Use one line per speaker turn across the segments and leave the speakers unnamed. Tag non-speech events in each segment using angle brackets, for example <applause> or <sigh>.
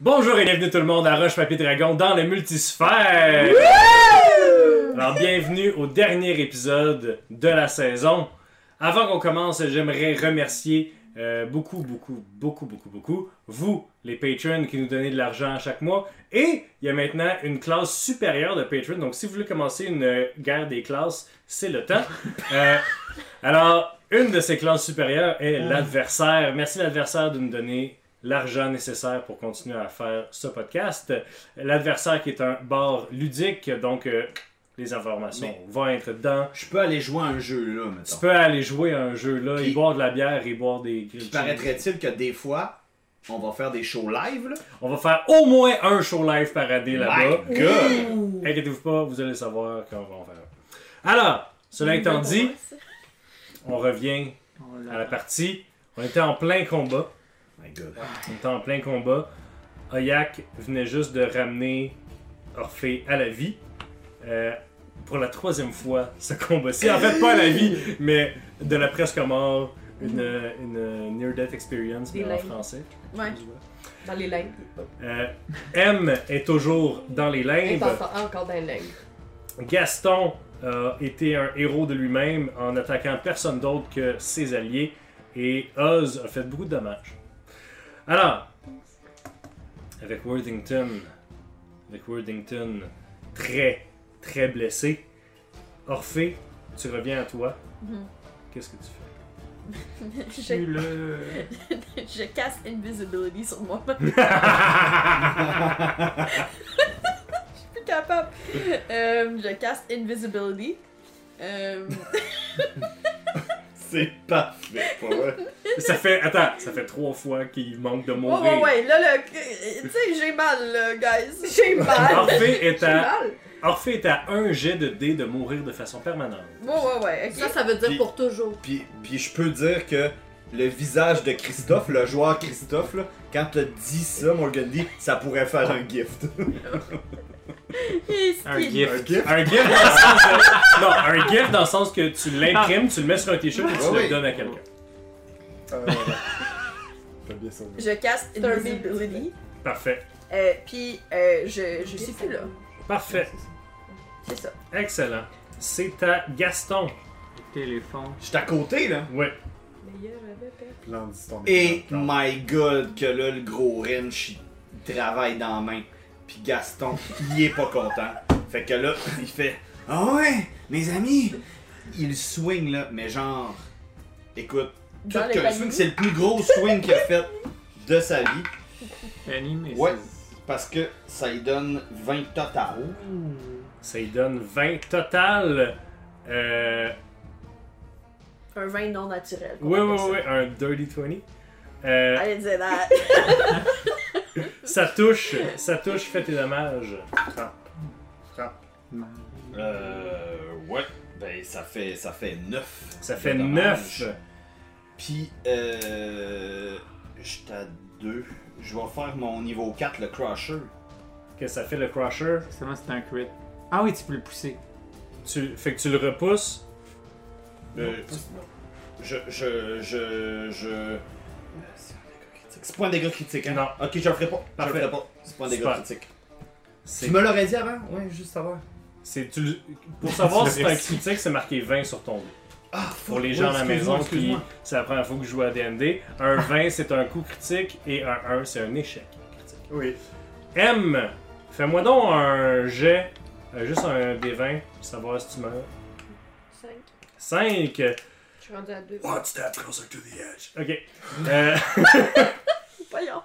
Bonjour et bienvenue tout le monde à Roche Papier Dragon dans le multisphère. Alors bienvenue au dernier épisode de la saison. Avant qu'on commence, j'aimerais remercier euh, beaucoup, beaucoup, beaucoup, beaucoup, beaucoup vous, les patrons qui nous donnez de l'argent à chaque mois. Et il y a maintenant une classe supérieure de patrons. Donc si vous voulez commencer une euh, guerre des classes, c'est le temps. Euh, alors, une de ces classes supérieures est l'adversaire. Merci l'adversaire de nous donner l'argent nécessaire pour continuer à faire ce podcast. L'adversaire qui est un bar ludique, donc euh, les informations
Mais-
vont être dedans.
Je peux aller jouer à un jeu là,
Tu
mettons.
peux aller jouer à un jeu là, et
Puis-
boire de la bière et boire des grilled
Puis
cheese.
paraîtrait-il que des fois, on va faire des shows live là.
On va faire au moins un show live par année là-bas.
My God!
Inquiétez-vous pas, vous allez savoir quand on va en faire. un. Alors, cela
ben,
étant dit, on revient à la partie. On était en plein combat.
My God.
On était en plein combat. Oyak venait juste de ramener Orphée à la vie. Euh, pour la troisième fois, ce combat-ci. En fait, pas à la vie, mais de la presque mort. Une, une near-death experience, mais en
Delay.
français.
Ouais, dans les lingues.
Euh, M est toujours dans les
Et
limbes.
encore, encore dans les lingues.
Gaston a été un héros de lui-même en attaquant personne d'autre que ses alliés et Oz a fait beaucoup de dommages. Alors, avec Worthington, avec Worthington très très blessé, Orphée, tu reviens à toi.
Mhm.
Qu'est-ce que tu fais
<laughs> Je, je casse Invisibility sur moi. je suis plus capable. Euh, je casse Invisibility. Euh,
C'est parfait. Pas
<laughs>
vrai.
<laughs> Ça fait attends, ça fait trois fois qu'il manque de
ouais,
mourir.
ouais, ouais. Là, là, tu sais, j'ai mal, là, guys. J'ai mal.
Orphée est
J'ai
à
mal.
Orphée est à un jet de dés de mourir de façon permanente.
Ouais, ouais, ouais. ok.
Ça, ça veut dire
Puis-
pour toujours.
Puis, puis je peux dire que le visage de Christophe, le joueur Christophe, là, quand t'as dit ça, Morgan dit, ça pourrait faire un gift. <laughs>
Et ce
Un
qui-
gift.
un gift?
Un gift dans le sens
<laughs>
que... Non, un gift dans le sens que tu l'imprimes, tu le mets sur un t-shirt et tu
Ah
le
oui.
donnes à quelqu'un.
Euh, <laughs>
T'as bien sauvé.
Je casse
un
Invisibility.
Parfait.
Euh, Puis, euh, je, je suis plus là.
Parfait.
C'est ça.
Excellent. C'est à Gaston.
Téléphone.
J'étais à côté là.
Ouais.
euh,
Et my god, que là, le gros wrench, il travaille dans la main. Puis Gaston, il est pas content. Fait que là, il fait Ah ouais, mes amis! Il swing là, mais genre. Écoute, tout
Dans les
que le
paniers.
swing, c'est le plus gros swing qu'il a fait de sa vie.
Animé.
Ouais, parce que ça lui donne 20 total.
Ça lui donne 20 total. Euh...
Un vin non naturel.
Ouais, ouais, ouais, ouais, un dirty 20. Euh,
Allez, dire that.
ça touche, ça touche, fait tes dommages.
Euh. Ouais. Ben, ça fait, ça fait 9.
Ça fait 9.
Puis, euh. J'étais à 2. Je vais faire mon niveau 4, le Crusher.
Que ça fait le crusher.
Justement, c'est un crit. Ah oui, tu peux le pousser.
Tu... Fait que tu le repousses.
Euh, je. Je. Je. je... Euh, C'est pas un dégât critique. C'est pas un dégât critique, hein?
Non.
Ok, je le ferai pas. Je le
Parfait.
ferai pas. C'est pas un dégât
Super.
critique.
C'est-
Tu me l'aurais dit avant? Ouais, juste savoir.
c'est- tu le- Pour savoir
Tu
si c'est
le
un
restes.
critique, c'est marqué 20 sur ton dé.
Ah,
Pour les gens à la maison qui, c'est la première fois que je joue à D&D, un <laughs> 20 c'est un coup critique et un 1 c'est un échec critique.
Oui.
M, fais-moi donc un jet, euh, juste un D20 pour savoir si tu meurs.
5.
5.
Je suis rendu à 2.
One step closer to the edge. Ok. Euh, <laughs>
Voyons.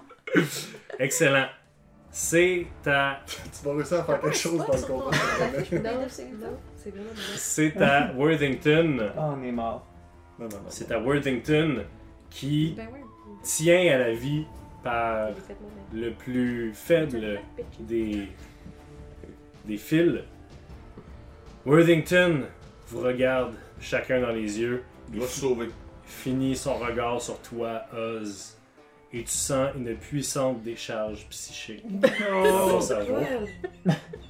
excellent. C'est ta,
Tu vas réussir à faire quelque chose dans le combat.
Non, c'est non, c'est vraiment bizarre.
c'est ta Worthington,
Ah, on est mort.
Non, non, non.
c'est ta Worthington qui
Ben oui,
tient à la vie par
j'ai fait mon mec.
le plus
euh,
faible des, des fils. Worthington vous regarde chacun dans les yeux,
Il va se sauver.
finit son regard sur toi, Oz, et tu sens une puissante décharge psychique dans ton cerveau.
<laughs>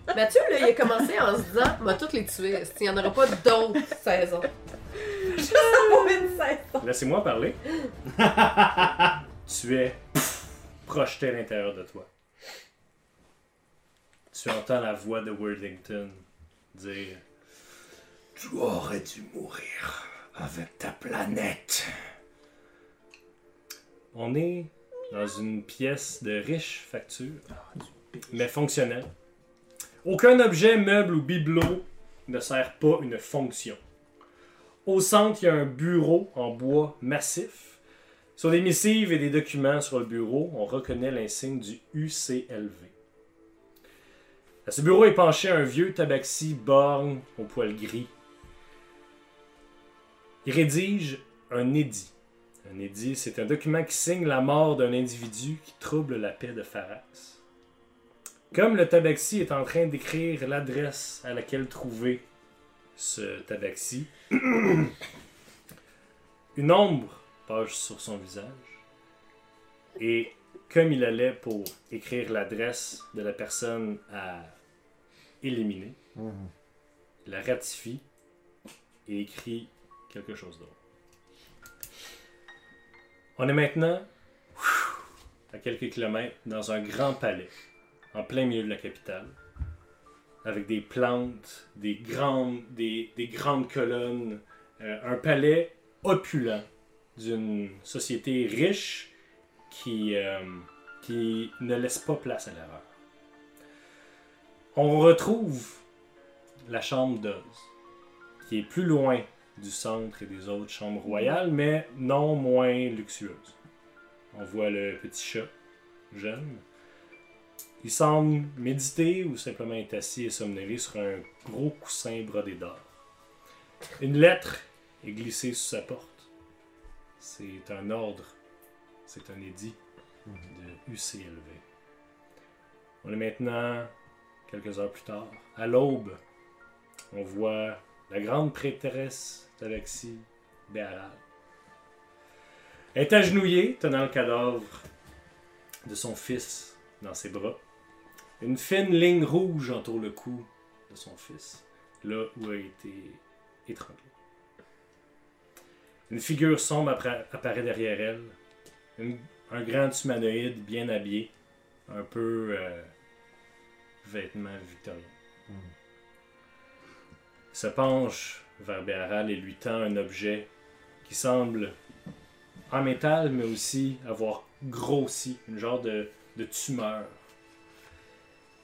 Mathieu, là, il a commencé en se disant « M'a toutes les tuer, il n'y en aura pas d'autres saisons.
Pour une scène.
Laissez-moi parler. tu es projeté à l'intérieur de toi. tu entends la voix de Worthington dire
Tu aurais dû mourir avec ta planète.
On est dans une pièce de riche facture, mais fonctionnelle. Aucun objet, meuble ou bibelot ne sert pas une fonction. Au centre, il y a un bureau en bois massif. Sur des missives et des documents sur le bureau, on reconnaît l'insigne du UCLV. À ce bureau est penché un vieux tabaxi borgne au poil gris. Il rédige un édit. Un édit, c'est un document qui signe la mort d'un individu qui trouble la paix de Pharax. Comme le tabaxi est en train d'écrire l'adresse à laquelle trouver ce tabaxi, <clears throat> une ombre passe sur son visage. Et comme il allait pour écrire l'adresse de la personne à éliminer, il la ratifie et écrit quelque chose d'autre. On est maintenant phew, à quelques kilomètres dans un grand palais, en plein milieu de la capitale, avec des plantes, des grandes, des, des grandes colonnes, euh, un palais opulent d'une société riche qui, euh, qui ne laisse pas place à l'erreur. On retrouve la chambre d'Oz, qui est plus loin du centre et des autres chambres royales, mais non moins luxueuses. On voit le petit chat jeune. Il semble méditer ou simplement être assis et somnolé sur un gros coussin brodé d'or. Une lettre est glissée sous sa porte. C'est un ordre, c'est un édit de UCLV. On est maintenant, quelques heures plus tard, à l'aube. On voit la grande prêtresse d'Alexis Béalal, est agenouillée, tenant le cadavre de son fils dans ses bras. Une fine ligne rouge entoure le cou de son fils, là où a été étranglé. Une figure sombre appara- apparaît derrière elle. Une- un grand humanoïde bien habillé, un peu euh, vêtements victoriens se penche vers Béharal et lui tend un objet qui semble en métal, mais aussi avoir grossi, une genre de, de tumeur.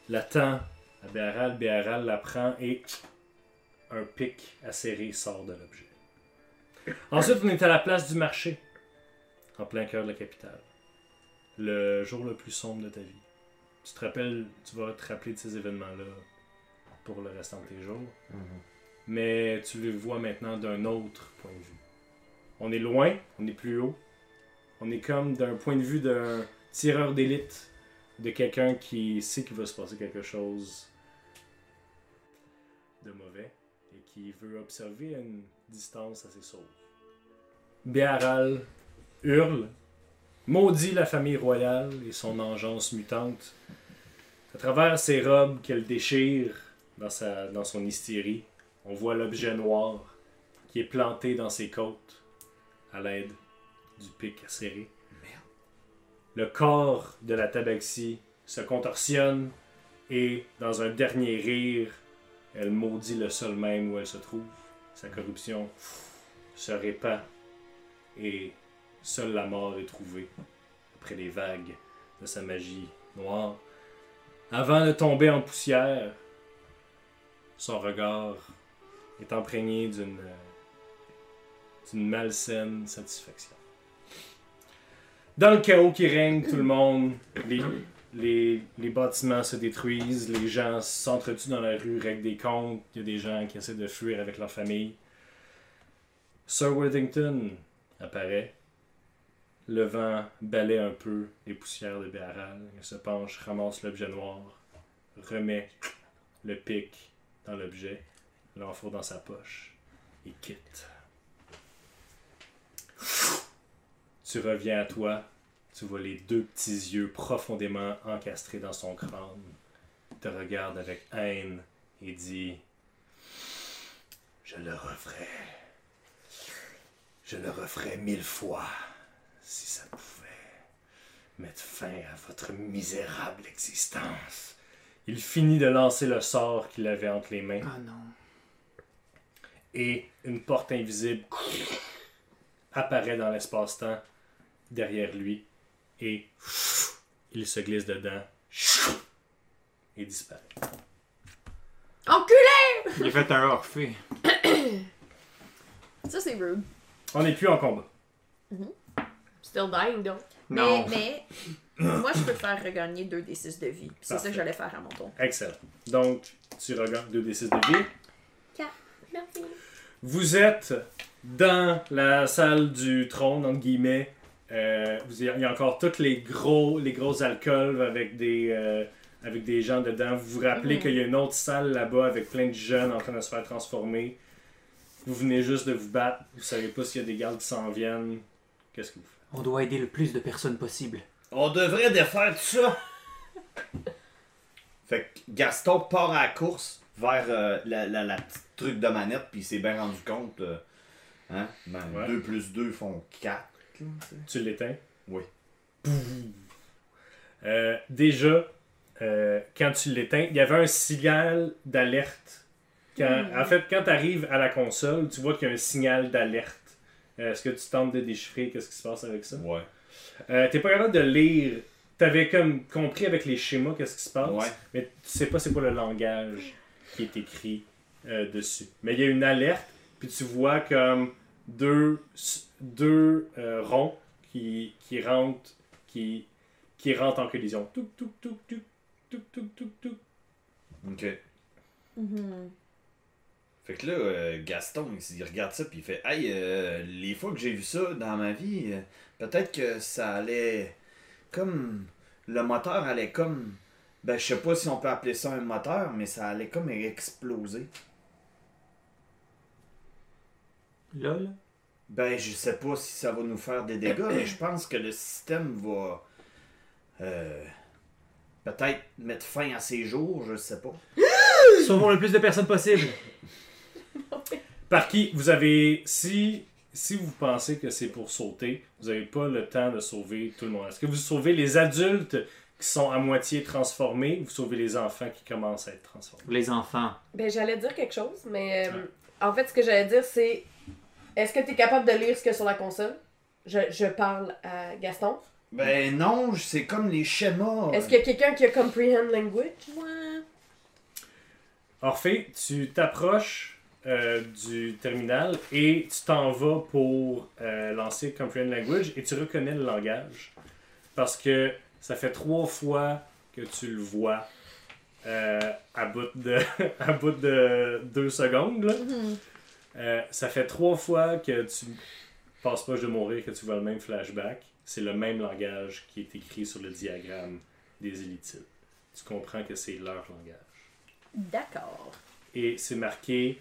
La tend à Béharal, Béharal la prend et un pic acéré sort de l'objet. Ensuite, on est à la place du marché, en plein cœur de la capitale. Le jour le plus sombre de ta vie. Tu te rappelles, tu vas te rappeler de ces événements-là pour le restant de tes jours mais tu le vois maintenant d'un autre point de vue. On est loin, on est plus haut. On est comme d'un point de vue d'un tireur d'élite, de quelqu'un qui sait qu'il va se passer quelque chose de mauvais et qui veut observer à une distance assez sauve. Béharal hurle, maudit la famille royale et son engeance mutante. À travers ses robes qu'elle déchire dans, sa, dans son hystérie, on voit l'objet noir qui est planté dans ses côtes à l'aide du pic acéré. Le corps de la tabaxi se contorsionne et, dans un dernier rire, elle maudit le sol même où elle se trouve. Sa corruption se répand et seule la mort est trouvée après les vagues de sa magie noire. Avant de tomber en poussière, son regard est imprégné d'une euh, d'une malsaine satisfaction. Dans le chaos qui règne, tout le monde, les, les, les bâtiments se détruisent, les gens s'entretuent dans la rue, règlent des comptes, il y a des gens qui essaient de fuir avec leur famille. Sir Worthington apparaît. Le vent balaie un peu les poussières de Béharal. Il se penche, ramasse l'objet noir, remet le pic dans l'objet l'enfourne dans sa poche et quitte. Tu reviens à toi, tu vois les deux petits yeux profondément encastrés dans son crâne, Il te regarde avec haine et dit
Je le referai. Je le referai mille fois si ça pouvait mettre fin à votre misérable existence
Il finit de lancer le sort qu'il avait entre les mains
Ah non.
et une porte invisible apparaît dans l'espace-temps derrière lui et il se glisse dedans et disparaît.
Enculé!
Il a fait un orphée.
Ça, c'est rude.
On n'est plus en combat.
Still dying, donc.
Non.
Mais, mais moi, je peux faire regagner 2 des 6 de vie. Puis C'est ça
Parfait.
que j'allais faire à mon tour.
Excellent. Donc, tu regardes 2d6 de vie.
Merci.
Vous êtes dans la salle du trône, entre guillemets. Euh, vous- il y a encore tous les gros, les gros alcools avec des, euh, avec des gens dedans. Vous vous rappelez qu'il y a une autre salle là-bas avec plein de jeunes en train de se faire transformer. Vous venez juste de vous battre. Vous savez pas s'il y a des gardes qui s'en viennent. Qu'est-ce que vous faites?
On doit aider le plus de personnes possible.
On devrait défaire tout ça. <laughs> Fait que Gaston part à la course vers euh, la, la, la petite truc de manette, puis il s'est bien rendu compte. euh, hein? Ben,
Ouais.
2 plus 2 font 4.
Tu l'éteins?
Oui.
Euh, déjà, euh, quand tu l'éteins, il y avait un signal d'alerte. Quand- En fait, quand tu arrives à la console, tu vois qu'il y a un signal d'alerte. Euh, Est-ce que tu tentes de déchiffrer qu'est-ce qui se passe avec ça?
Ouais.
Euh, T'es pas capable de lire. T'avais comme compris avec les schémas qu'est-ce qui se passe,
Ouais.
mais tu sais pas c'est quoi le langage qui est écrit euh, dessus. Mais il y a une alerte, puis tu vois comme deux, deux euh, ronds qui, qui rentrent qui, qui rentrent en collision. Touc, touc, touc, touc, touc, touc, touc, touc.
Ok.
Mhm.
Fait que là, euh, Gaston, il regarde ça puis il fait Hey, euh, les fois que j'ai vu ça dans ma vie, euh, peut-être que ça allait. Comme. Le moteur allait comme. Ben, je sais pas si on peut appeler ça un moteur, mais ça allait comme exploser.
Lol.
Ben, je sais pas si ça va nous faire des dégâts, mais je pense que le système va. euh, peut-être mettre fin à ses jours, je sais pas.
Sauvons le plus de personnes possible.
Par qui vous avez. Si, si vous pensez que c'est pour sauter, vous n'avez pas le temps de sauver tout le monde. Est-ce que vous sauvez les adultes qui sont à moitié transformés ou vous sauvez les enfants qui commencent à être transformés?
Les enfants.
Ben, j'allais dire quelque chose, mais euh, en fait, ce que j'allais dire, c'est est-ce que tu es capable de lire ce qu'il y a sur la console je, je parle à Gaston.
Ben, non, c'est comme les schémas.
Est-ce qu'il y a quelqu'un qui a comprehend language
Ouais.
Orphée, tu t'approches euh, du terminal et tu t'en vas pour euh, lancer Comprehend Language et tu reconnais le langage parce que ça fait trois fois que tu le vois euh, à bout de <laughs> à bout de deux secondes. là. Euh, ça fait trois fois que tu passes proche de mourir que tu vois le même flashback. C'est le même langage qui est écrit sur le diagramme des elliptides. Tu comprends que c'est leur langage
D'accord.
et c'est marqué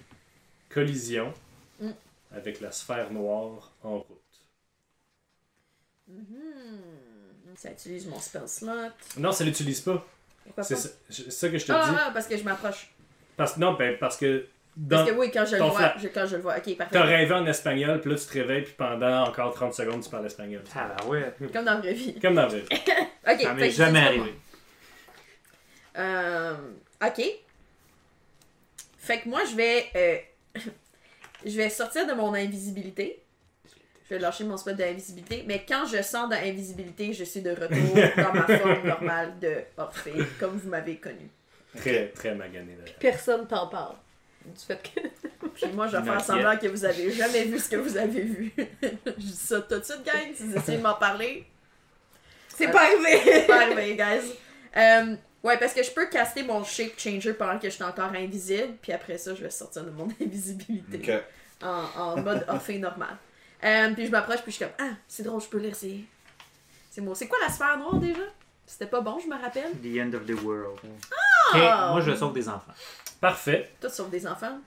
collision
Mm.
avec la sphère noire en route.
Mhm. Ça utilise mon spell slot.
Non, ça l'utilise pas.
Pourquoi
C'est
pas?
ça, c'est ça que je te dis.
Ah, ah, parce que je m'approche.
Parce, non, ben, parce que dans,
Parce que oui, quand je le
ton
vois,
flash.
je- quand je le vois. Ok,
t'as
parfait.
rêvé en espagnol, puis là tu te réveilles, puis pendant encore 30 secondes tu parles espagnol.
Ah ouais.
Comme dans la vraie vie.
Comme dans la vie.
Ok,
Ça
Eh, fait
m'est
que
jamais
c'est-
arrivé.
Euh, ok. Fait que moi, je vais. euh, <laughs> je vais sortir de mon invisibilité. Je vais lâcher mon spot d'invisibilité. Mais quand je sors de l'invisibilité, je suis de retour dans ma forme normale de Orphée, comme vous m'avez connu.
Très, très magané. là.
Personne t'en parle. Du fait que.
Puis moi, je vais
Not
faire semblant que vous avez jamais vu ce que vous avez vu. <laughs> je dis ça tout de suite, gang. Si vous essayez de m'en parler,
C'est pas arrivé!
c'est pas arrivé, guys. Euh, ouais, parce que je peux caster mon shape changer pendant que je suis encore invisible. Puis après ça, je vais sortir de mon <laughs> invisibilité.
Que-
en, en mode <laughs> orphée normal. Euh, puis je m'approche, puis je suis comme, ah, c'est drôle, je peux lire, c'est. C'est moi. C'est quoi la sphère noire déjà? C'était pas bon, je me rappelle.
The end of the world.
Ah!
Ok, moi je sauve des enfants.
Parfait.
Tout sauf des enfants.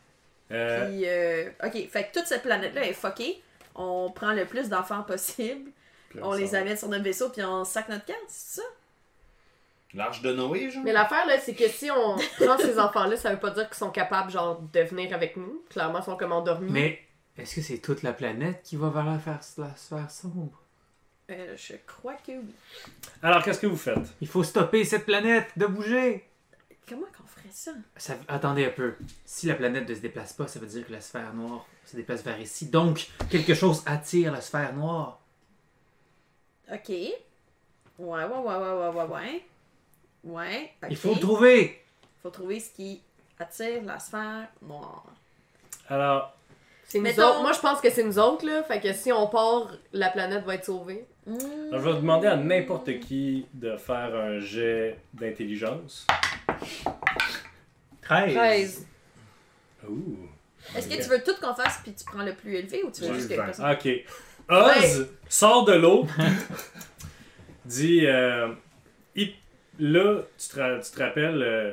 Euh,
Puis, euh, ok, fait que toute cette planète-là est fuckée. On prend le plus d'enfants possible.
Puis
On les
s'en va.
amène sur notre vaisseau, puis on sac notre carte, c'est ça?
L'arche de Noé, genre
<laughs> Mais l'affaire, là, c'est que si on prend ces enfants-là, ça veut pas dire qu'ils sont capables, genre, de venir avec nous. Clairement, ils sont comme endormis.
Mais est-ce que c'est toute la planète qui va vers la fer- la sphère sombre?
Euh, je crois que oui.
alors, qu'est-ce que vous faites
Il faut stopper cette planète de bouger!
Comment qu'on ferait ça?
Ça- attendez un peu. Si la planète ne se déplace pas, ça veut dire que la sphère noire se déplace vers ici. Donc, quelque chose attire la sphère noire.
Ok. Ouais, ouais, ouais, ouais, ouais, ouais, ouais. Ouais, ok.
Il faut le trouver.
Faut trouver ce qui attire la sphère noire.
Alors,
C'est nous
Mettons-
autres. Moi, je pense que c'est nous autres, là. Fait que si on part, la planète va être sauvée.
Hmm.
je vais demander à n'importe qui de faire un jet d'intelligence.
13.
13.
Ouh.
Est-ce que tu veux tout qu'on fasse puis tu prends le plus élevé ou tu veux
Ouais,
juste que
ben,
personne-
Ok. Oz sort de l'eau, <laughs> dit euh, il- Là, tu te, ra- tu te rappelles, euh,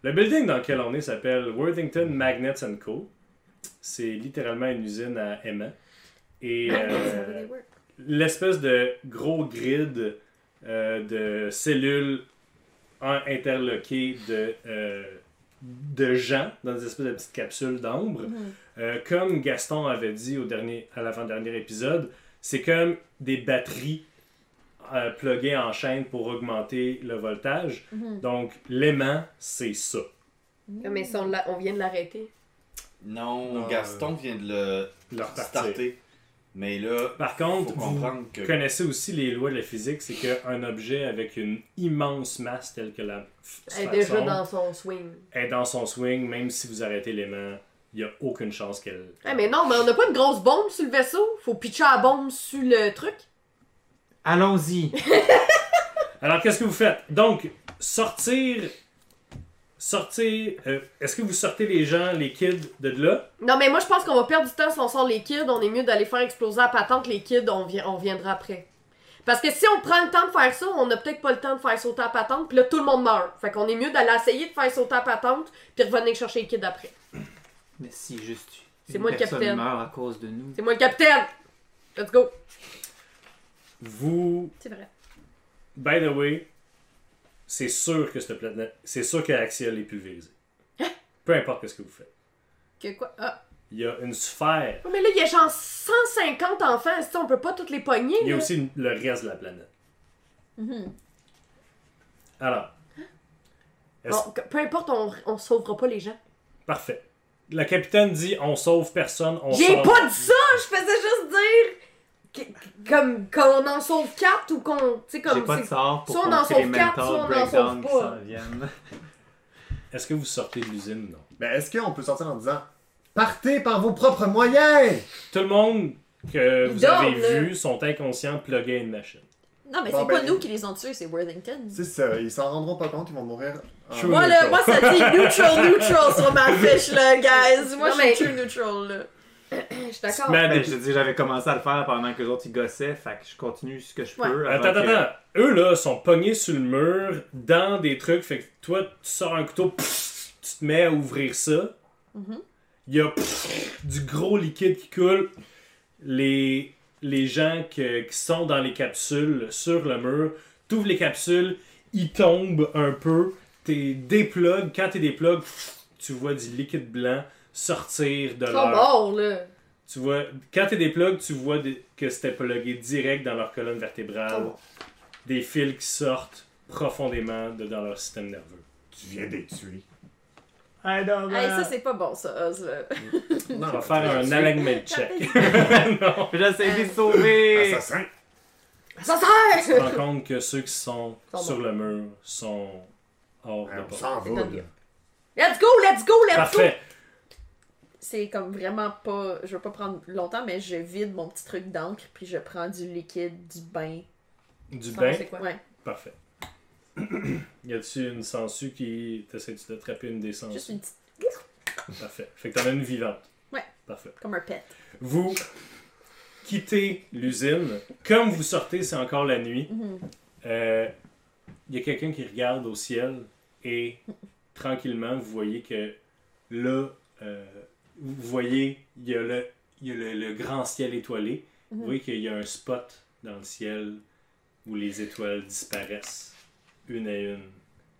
le building dans lequel on est s'appelle Worthington Magnets and Co. C'est littéralement une usine à aimants. Et euh, l'espèce de gros grid euh, de cellules en- interloquées de, euh, de gens dans des espèces de petites capsules d'ombre.
Mhm.
Euh, comme Gaston avait dit au dernier, à l'avant-dernier épisode, c'est comme des batteries euh, pluguées en chaîne pour augmenter le voltage.
Mhm.
Donc, l'aimant, c'est ça.
Mais si on, l'a- on vient de l'arrêter.
Non,
Non,
Gaston vient de le
Le repartir.
starter. Mais là,
Par
faut
contre, vous
comprendre que.
connaissez aussi les lois de la physique, c'est qu'un objet avec une immense masse telle que la f-
Elle est
sphère
déjà
sonde
dans son swing.
est dans son swing, même si vous arrêtez l'aimant, il n'y a aucune chance qu'elle...
Ah, mais non, mais on n'a pas une grosse bombe sur le vaisseau. Faut pitcher la bombe sur le truc. <laughs>
Allons-y.
Alors, qu'est-ce que vous faites? Donc, sortir... Sortir... euh, Est-ce que vous sortez les gens, les kids de là?
Non, mais moi, je pense qu'on va perdre du temps si on sort les kids. On est mieux d'aller faire exploser la patente. Les kids, on, vi- on viendra après. Parce que si on prend le temps de faire ça, on n'a peut-être pas le temps de faire sauter la patente. Puis là, tout le monde meurt. Fait qu'on est mieux d'aller essayer de faire sauter la patente. Puis revenir chercher les kids après.
Mais si juste
C'est
une
moi le
personne
capitaine.
meurt à cause de nous.
C'est moi le capitaine! Let's go!
Vous,
C'est vrai.
by the way, c'est sûr que cette planète, c'est sûr que Axial est pulvérisé.
Hein?
Peu importe ce que vous faites.
Que quoi? Ah,
Il y a une sphère.
Ouais, mais là, il y a genre 150 enfants. est-ce que on peut pas toutes les pogner.
Il y a
là?
aussi une- le reste de la planète.
Mm-hmm.
mhm.
Alors, est-ce-
Bon, que- peu importe, on, on sauvera pas les gens.
parfait. La capitaine dit on sauve personne, on
J'ai
sort.
pas dit ça! Je faisais juste dire. que- que- Comme qu'on en sauve 4 ou qu'on. Tu sais,
J'ai
comme.
pas de
c'est-
sort pour
soit on en
contrer les
sauve quatre, soit on
mental
en
breakdowns
sauve
qui
pas.
s'en viennent. <laughs>
Est-ce que vous sortez de l'usine Non.
Ben, est-ce qu'on peut sortir en disant Partez par vos propres moyens
Tout le monde que
Ils
vous
dorment,
avez
là.
vu sont inconscients, plugués à une machine.
Non, mais
Bon,
c'est
ben,
pas nous qui les ont tués, c'est Worthington.
C'est ça, ils s'en rendront pas compte, ils vont mourir. Ah. en-
Sure.
Moi, là, moi, ça dit neutral, neutral sur ma fiche, là, guys. Moi,
Non,
je
mais-
suis true neutral, là.
<clears throat> Je suis d'accord.
Mais à
Ben,
des-
je dis, j'avais commencé à le faire pendant que les autres ils gossaient, fait que je continue ce que je
Ouais.
peux. avant
Attends,
que-
attends, attends. Eux, là, sont pognés sur le mur, dans des trucs. Fait que toi, tu sors un couteau, pff, tu te mets à ouvrir ça.
Mhm.
Il y a pff, du gros liquide qui coule. Les, les gens que- qui sont dans les capsules sur le mur, t'ouvres les capsules, ils tombent un peu. T'es déplugues. Quand t'es déplugues, pff, tu vois du liquide blanc sortir de
Ils
leur...
sont morts, là.
Tu vois, quand t'es des plugs, tu vois des- que c'était plugué direct dans leur colonne vertébrale. Des fils qui sortent profondément de, dans leur système nerveux.
Tu viens des tuer.
I don't
Hey,
know.
ça, c'est pas bon, ça, Oz, là.
On
Non,
va faire un
<laughs>
alignment check. <laughs>
<laughs>
non,
J'essaie
Euh.
de sauver.
Assassin.
Ça
tu te
sert! <laughs>
rends compte que ceux qui sont
Sont
sur le mur sont hors de
Ah, Ben,
Ouais, on
portée.
s'en va.
C'est
là.
Let's go, let's go, let's
Parfait.
C'est comme vraiment pas. Je veux pas prendre longtemps, mais je vide mon petit truc d'encre, puis je prends du liquide, du bain.
Du
go!
bain.
C'est quoi?
Ouais,
Parfait. <clears throat> y a-tu une sangsue qui. T'essaies-tu d'attraper une des
juste
sangsues
une petite.
Parfait. Fait que t'en as une vivante.
Ouais.
Parfait.
comme un pet.
Vous quittez l'usine. Comme vous sortez, c'est encore la nuit.
Mhm.
Euh, Il y a quelqu'un qui regarde au ciel et tranquillement, vous voyez que là, euh, vous voyez, il y a le, il y a le, le grand ciel étoilé. Vous
Mhm.
voyez qu'il y a un spot dans le ciel où les étoiles disparaissent, une à une,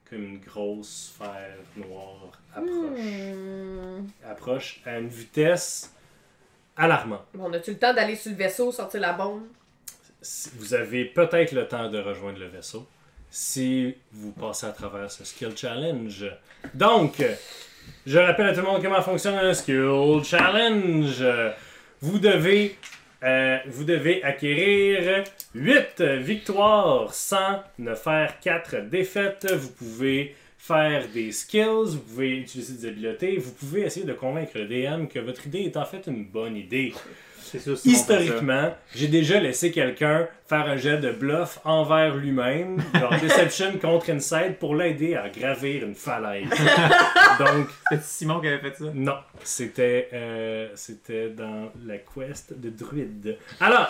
comme une grosse sphère noire approche.
Hmm.
Approche à une vitesse alarmante.
On a-tu le temps d'aller sur le vaisseau, sortir la bombe?
Si- Vous avez peut-être le temps de rejoindre le vaisseau. si vous passez à travers ce skill challenge. Donc, je rappelle à tout le monde comment fonctionne un skill challenge. Vous devez, euh, vous devez acquérir 8 victoires sans ne faire 4 défaites. Vous pouvez faire des skills, vous pouvez utiliser des habiletés, vous pouvez essayer de convaincre le DM que votre idée est en fait une bonne idée.
C'est sûr, Simon fait ça.
Historiquement, j'ai déjà laissé quelqu'un faire un jet de bluff envers lui-même, genre Deception <laughs> contre Inside, pour l'aider à gravir une falaise. <laughs> Donc,
C'est Simon qui avait fait ça.
non, c'était euh, c'était dans la quest de druide. Alors,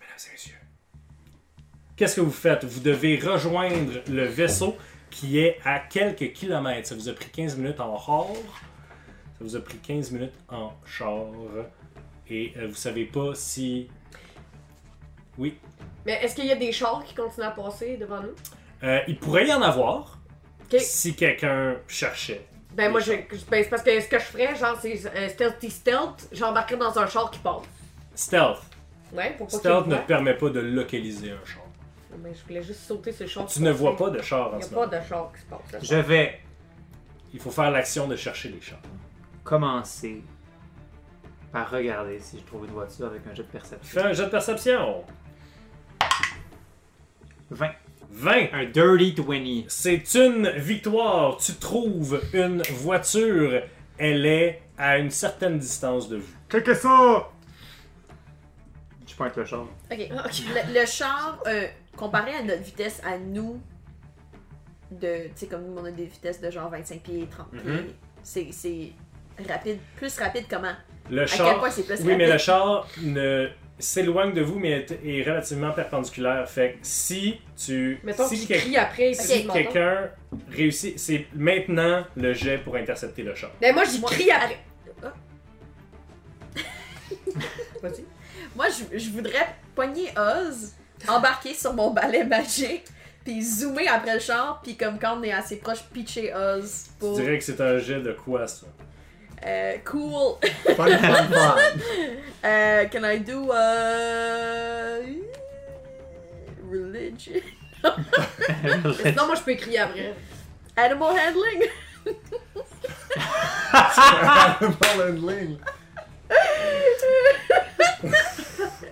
mesdames et messieurs, qu'est-ce que vous faites Vous devez rejoindre le vaisseau qui est à quelques kilomètres. Ça vous a pris 15 minutes en hors. Ça vous a pris 15 minutes en char. Et euh, vous savez pas si. Oui.
Mais est-ce qu'il y a des chars qui continuent à passer devant nous?
Euh, il pourrait y en avoir
Ok.
si quelqu'un cherchait.
Ben moi, je, je- ben, c'est parce que ce que je ferais, genre, c'est euh, stealthy stealth, j'embarquerais dans un char qui passe.
Stealth.
Ouais, pour pas qu'il
Stealth
me
ne
voie.
permet pas de localiser un char.
Ben, je voulais juste sauter sur le char.
Tu ne vois pas de char
Il
en
n'y a
ce
pas
moment.
de char qui se passe. là.
Je vais
Il faut faire l'action de chercher les chars.
commencer par regarder si je trouve une voiture avec un jet de perception.
Fais un jet de perception.
20.
20.
Un dirty 20.
C'est une victoire. Tu trouves une voiture. Elle est à une certaine distance de vous.
Qu'est-ce que ça? Je pointe le char.
Ok.
Ah,
Le, le char, euh, comparé à notre vitesse, à nous, de, tu sais, comme nous, on a des vitesses de genre 25 pieds, 30 pieds,
Mhm.
c'est- c'est rapide, plus rapide comment?
Le
À quel
char.
point c'est plus
Oui, mais le
rapide?
char ne s'éloigne de vous, mais est, est relativement perpendiculaire. Fait que si tu.
Mettons
si
qu'il
quel-
crie après, il peut
si
se demander.
quelqu'un réussit, c'est maintenant le jet pour intercepter le char.
Ben moi, j'y
Moi- ah.
crie après.
<laughs>
Vas-y.
Moi, je, je voudrais pogner Oz, embarquer sur mon balai magique, puis zoomer après le char, puis comme quand on est assez proche, pitcher Oz pour
Tu dirais que c'est un jet de quoi ça
euh, cool.
Fun, <laughs> fun, fun.
Euh, can I do euh, religion?
Sinon, moi, je peux crier après.
Animal
<laughs>
handling?
Ball and lane.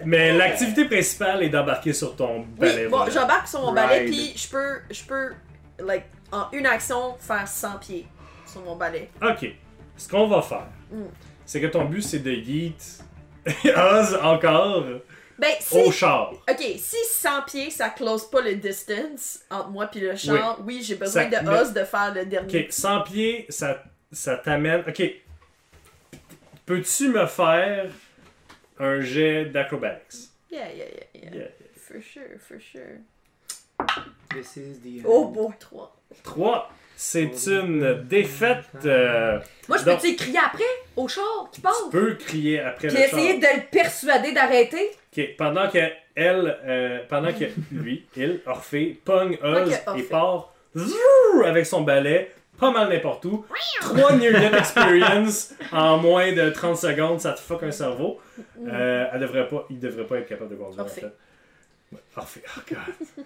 Mais l'activité principale est d'embarquer sur ton balai.
oui, bon,
volant.
j'embarque sur mon balai,
Ride.
puis je peux, je peux, like, en une action, faire 100 pieds sur mon balai.
Ok. Ce qu'on va faire,
Mm.
c'est que ton but c'est de yeet <laughs> Oz encore
Ben, si
au char.
Ok, si 100 pieds, ça close pas le distance entre moi puis le champ, oui, j'ai besoin
Ça-
de
mais-
os de faire le dernier.
Ok, 100 pieds, ça, ça t'amène. Ok. Peux-tu me faire un jet d'acrobatics?
Yeah, yeah, yeah, yeah,
Yeah.
For sure, for sure.
This is the.
Oh boy. 3.
3. C'est une défaite. euh,
Moi, je
Donc-
peux-tu y crier après? Au char qui
tu
passe?
peux crier après
Puis
le char.
essayer de le persuader d'arrêter?
Ok, pendant que elle, euh, pendant
<laughs>
que lui, il, Orphée, pogne Oz
Ok, Orphée.
et part zouh, avec son balai, pas mal n'importe où. 3 Near Death Experience en moins de 30 secondes, ça te fuck un cerveau. Euh, elle devrait pas, il devrait pas être capable de conduire en
Orphée.
fait. Ouais, Orphée, oh god.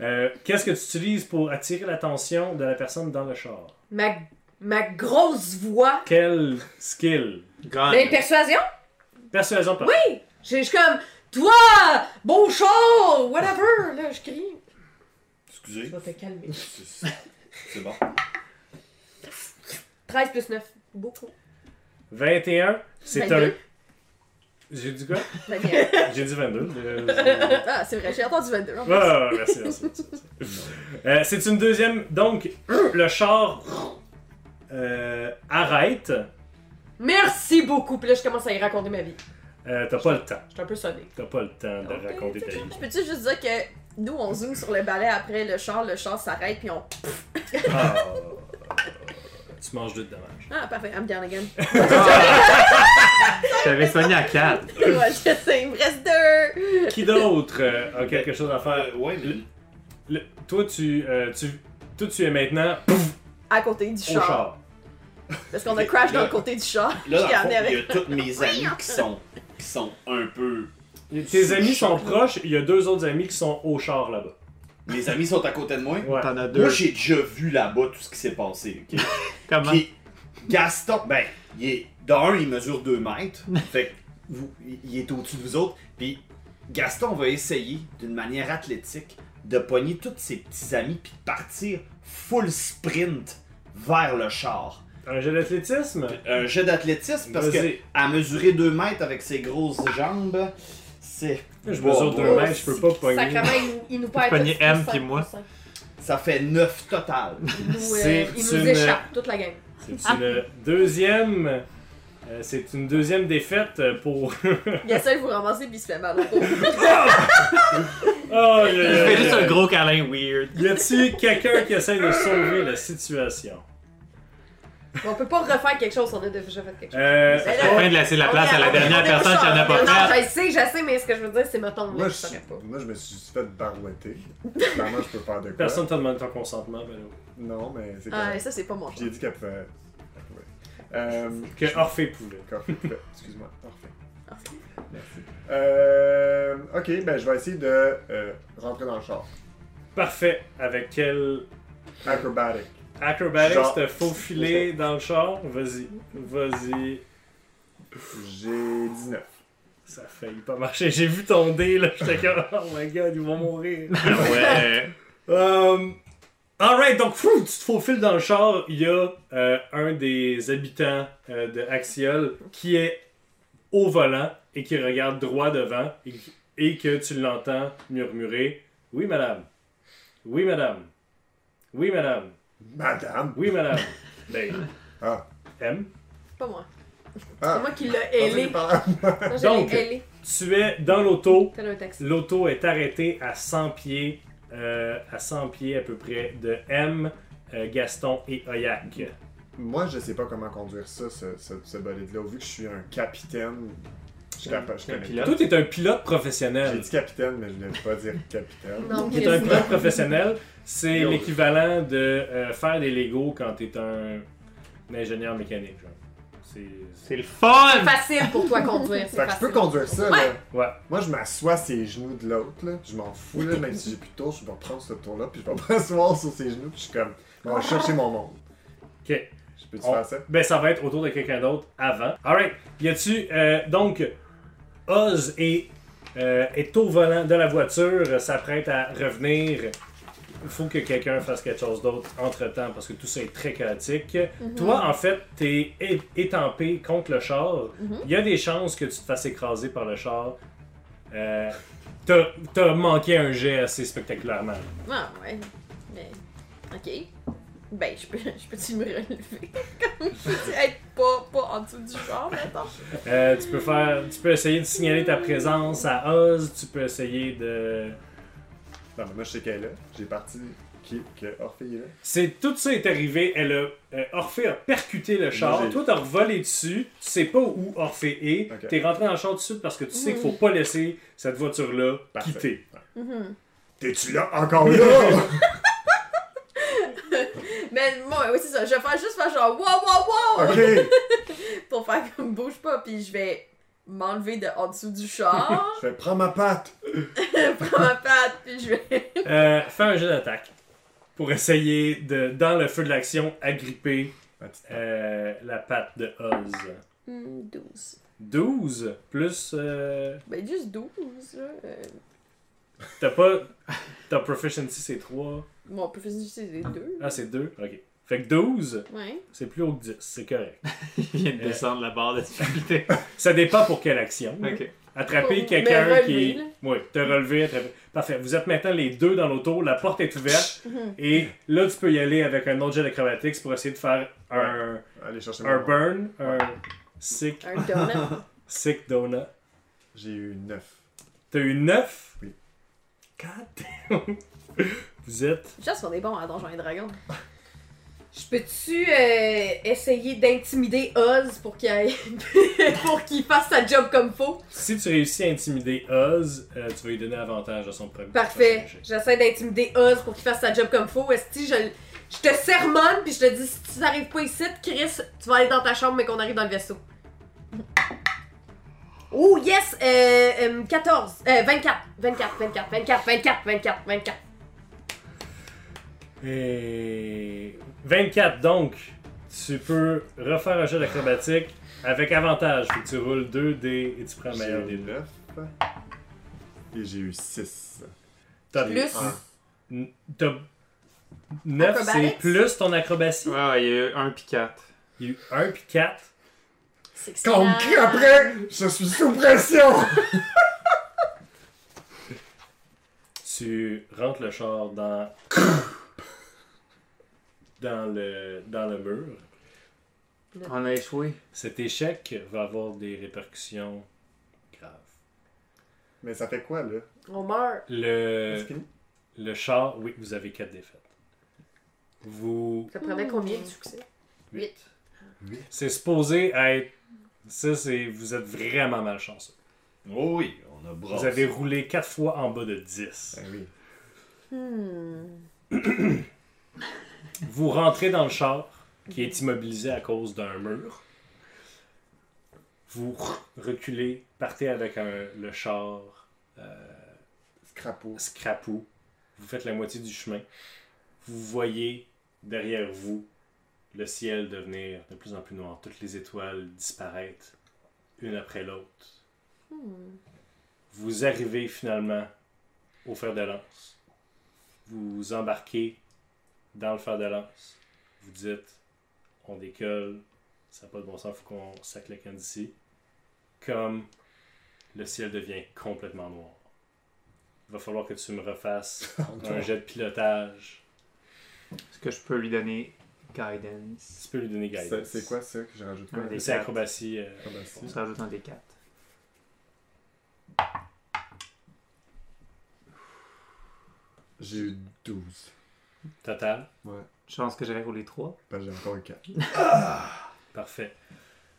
Euh, Qu'est-ce que tu utilises pour attirer l'attention de la personne dans le char?
Ma, ma grosse voix.
Quel skill?
Gun.
Ben, persuasion?
Persuasion par
J'ai- Je suis comme, toi, beau char, whatever. Là, je crie.
Excusez.
Je vais te calmer.
C'est- C'est c'est bon.
13 plus 9. Beaucoup.
21, c'est un...
22.
J'ai dit quoi?
Daniel.
<laughs> J'ai dit 22. euh,
ah, c'est vrai, j'ai entendu 22. en fait.
Ah, merci, merci. merci, merci. Euh, c'est une deuxième. Donc, le char euh, arrête.
Merci beaucoup. Puis là, je commence à y raconter ma vie.
Euh, T'as pas le temps.
J'étais un peu sonnée.
T'as pas le temps de
Ok,
raconter ta
c'est
vie.
Je peux-tu juste dire que nous, on zoome sur le balai après le char, le char s'arrête, puis on.
Ah. tu manges deux de dommages.
Ah, parfait, I'm down again. <laughs>
J'avais soigné à 4.
ouais, je sais, il me reste deux.
Qui d'autre euh, a quelque chose à faire?
Euh, ouais, mais.
Le- toi, tu, euh, tu, toi, tu es maintenant pouf,
À côté du
au
char.
char.
Parce qu'on a crash dans
Là-
le côté du
<laughs>
char.
Là, dans
J'y
le
en
fond,
ai avec-
il y a toutes
<laughs>
mes amies qui sont, qui sont un peu.
Tes amis sont proches. Il y a deux autres amis qui sont au char là-bas.
Mes amis sont à côté de moi.
Ouais.
T'en as deux.
Moi, j'ai déjà vu là-bas tout ce qui s'est passé. ok?
Comment?
Puis, Gaston, ben, il est, d'un, il mesure 2 <laughs> mètres. fait que vous, il est au-dessus de vous autres. Puis Gaston va essayer, d'une manière athlétique, de pogner tous ses petits amis puis de partir full sprint vers le char.
Un jeu d'athlétisme?
Un jet d'athlétisme parce que
Vas-y.
à mesurer 2 mètres avec ses grosses jambes, c'est
Je
Wow,
mesure
wow.
deux mètres, je peux pas pogner.
Sacrement, il nous, il nous perd.
pognais
tous,
M
tous cinq,
puis moi.
tous cinq.
ça fait 9 total.
Il nous,
C'est
euh, il nous
une-
échappe, toute la gang.
C'est
Ah.
une deuxième. euh, c'est une deuxième défaite pour.
Il essaie de vous ramasser puis il se fait mal au dos.
Oh, il
Je fais juste un gros câlin weird.
Y a-t-il quelqu'un qui essaie de sauver la situation?
On peut pas refaire quelque chose, on a déjà fait quelque chose.
Euh,
Mais là,
Afin de laisser la
on
place
est-
à la
on est- on
dernière
est
personne qui en a
couchant,
pas
on est
fait.
Non, je sais, je sais, mais ce que je veux dire, c'est mettons,
Moi
là, je savais pas.
je, moi, je me suis fait barouetter. Clairement, je peux faire de quoi.
personne t'a demandé ton consentement, ben non.
Non, mais c'est
Ah,
correct.
ça, c'est pas mon
J'ai dit qu'elle pouvait. elle pouvait. Euh,
Que Orphée pouvait.
Encore. Excuse-moi. Parfait.
Ah,
Merci. Euh, ok, ben je vais essayer de euh, rentrer dans le char.
Parfait. Avec quel
Acrobatic.
acrobatics
Genre.
te faufiler dans le char? Vas-y. Vas-y.
J'ai 19.
Ça a failli pas marcher. J'ai vu ton dé, là. J'étais comme, oh my god, ils vont mourir.
Ouais.
Euh, alright, donc fou, tu te faufiles dans le char. Il y a euh, un des habitants euh, de Axiol qui est au volant et qui regarde droit devant et, et que tu l'entends murmurer Oui, madame. Oui, madame. Oui, madame.
Madame.
Oui, madame. ben,
Ah.
M.
C'est pas moi.
C'est
Ah.
moi qui l'ai
pensais
ailé.
qu'il parlait à moi.
Non, je
Donc-
l'ai ailé.
Tu es dans l'auto.
T'as un taxi.
L'auto est arrêtée à 100 pieds, euh, à 100 pieds à peu près de M, euh, Gaston et Oyak.
<laughs> Moi, je sais pas comment conduire ça, ce, ce, ce bolide-là. Vu que je suis un capitaine, je suis capable. je
T'es un
connais
pilote.
Toi, t'es un pilote
pas. J'ai
professionnel.
dit capitaine, mais je voulais pas dire capitaine.
Non,
Qui est un
Chris,
pilote professionnel, c'est
Yo.
l'équivalent de euh, faire des Legos quand t'es un, un ingénieur mécanique. genre. C'est.
C'est le fun!
C'est facile pour toi à conduire. c'est
Fait que je
facile.
peux conduire ça, là.
Ouais.
Moi, je m'assois sur les genoux de l'autre, là. Je m'en fous, là, même si j'ai plus de tour, je vais prendre ce tour-là, puis je vais <laughs> m'asseoir sur ses genoux, puis je suis comme, bon,
Ah.
je vais chercher mon monde.
Ok.
Je peux-tu
On-
faire ça?
Ben, ça va être autour de quelqu'un d'autre avant. Alright. Y a-tu. euh, donc, Oz est, euh, est au volant de la voiture, euh, s'apprête à revenir. Il faut que quelqu'un fasse quelque chose d'autre entre temps parce que tout ça est très chaotique. Toi, en fait, t'es é- étampé contre le char. Il y a des chances que tu te fasses écraser par le char. Euh, t'as- T'as manqué un jet assez spectaculairement.
Ah, ouais. Mais. Ok. Ben, je peux, je peux-tu me relever? <laughs> Comme je peux-tu être pas, pas en dessous du genre, mettons?
Euh, tu peux faire, tu peux essayer de signaler ta présence à Oz. Tu peux essayer de.
Non, mais moi, je sais qu'elle est là. J'ai parti, qui, que Orphée est là.
C'est tout ça est arrivé. Elle a euh, Orphée a percuté le char.
j'ai-
Toi, t'as revolé dessus. Tu sais pas où Orphée est.
Ok.
T'es rentré dans le char tout de suite parce que tu sais qu'il faut pas laisser cette voiture là
Parfait.
quitter.
T'es-tu là? Encore là? <laughs>
Mais moi, oui, c'est ça. Je vais faire juste faire genre wow, wow, wow!
ok!
Pour faire comme bouge pas, puis je vais m'enlever de en dessous du char,
<laughs>
Je vais prendre ma patte.
prendre ma patte, puis je vais.
Euh, fais un jeu d'attaque pour essayer de, dans le feu de l'action, agripper
Ma petite-
euh, la patte de Oz.
Hmm, 12.
12 plus. euh,
Ben, juste 12, là. Euh,
t'as pas. Ta proficiency c'est 3.
mon professionnel, c'est les deux.
Ah, c'est 2? Ok. Fait que 12,
Ouais.
c'est plus haut que 10, c'est correct.
Il vient de descendre la barre de difficulté.
Ça dépend pour quelle action.
ok.
Attraper
Pour me
quelqu'un
relever,
qui.
là.
Oui, te relever, attraper. Parfait. Vous êtes maintenant les deux dans l'auto, la porte est
<laughs>
ouverte.
Mhm.
et là, tu peux y aller avec un autre jet d'acrobatics pour essayer de faire un,
Allez chercher
un
mon monde.
burn, un sick,
Un
<laughs>
donut.
sick donut.
J'ai eu 9.
T'as eu 9?
Oui.
God damn. Vous êtes.
Je pense qu'on est bon à Donjons et Dragons.
Je peux-tu euh, essayer d'intimider Oz pour qu'il aille- <laughs> pour qu'il fasse sa job comme faut?
Si tu réussis à intimider Oz, euh, tu vas lui donner avantage à son premier.
Parfait.
prochain jet.
J'essaie d'intimider Oz pour qu'il fasse sa job comme faut. Est-ce que je, je te sermonne puis je te dis si tu n'arrives pas ici, Chris, tu vas aller dans ta chambre mais qu'on arrive dans le vaisseau. Oh yes! Euh, euh, 14, euh, 24, 24, 24, 24, 24, 24, 24.
Et 24, Euh, donc, tu peux refaire un jeu d'acrobatique avec avantage. Fait que tu roules 2 dés et tu prends le
J'ai
meilleur
eu
des deux.
9 et j'ai eu 6.
T'as-
Plus.
N- T'as 9, c'est
Acrobatics?
plus ton acrobatie.
Ouais, ouais, il y a eu un pis quatre.
Il y a eu 1 puis 4.
C'est que
Quand on
c'est-
crie après, je suis sous pression!
Tu rentres le char dans. <coughs> dans, le, dans le mur.
On a échoué.
Cet échec va avoir des répercussions graves.
<laughs> Mais ça fait quoi, là?
On meurt.
Le,
C'est fini?
le char, oui, vous avez 4 défaites. Vous.
Ça prenait combien de succès?
Huit.
C'est supposé être. Ça, c'est. Vous êtes vraiment malchanceux.
<laughs> Oh oui, on a brassé.
Vous avez roulé 4 fois en bas de 10.
Ben oui.
Hmm.
Vous rentrez dans le char, qui est immobilisé à cause d'un mur. Vous reculez, partez avec un- le char
Scrapeau.
scrapou. Vous faites la moitié du chemin. Vous voyez derrière vous le ciel devenir de plus en plus noir, toutes les étoiles disparaître, une après l'autre. Vous arrivez finalement au fer de lance. Vous embarquez dans le fer de lance. Vous dites on décolle, ça n'a pas de bon sens, faut qu'on sac le camp d'ici. Comme le ciel devient complètement noir. Il va falloir que tu me refasses
<laughs>
un jet de pilotage.
Est-ce que je peux lui donner guidance?
Tu peux lui donner guidance.
C'est c'est quoi ça que je rajoute Ah, ben, quoi?
Un des
C'est acrobatie. euh,
Acrobatie.
On se rajoute un des quatre.
J'ai eu 12.
total.
Je pense que j'avais roulé trois.
Ben, j'ai encore eu 4.
Parfait.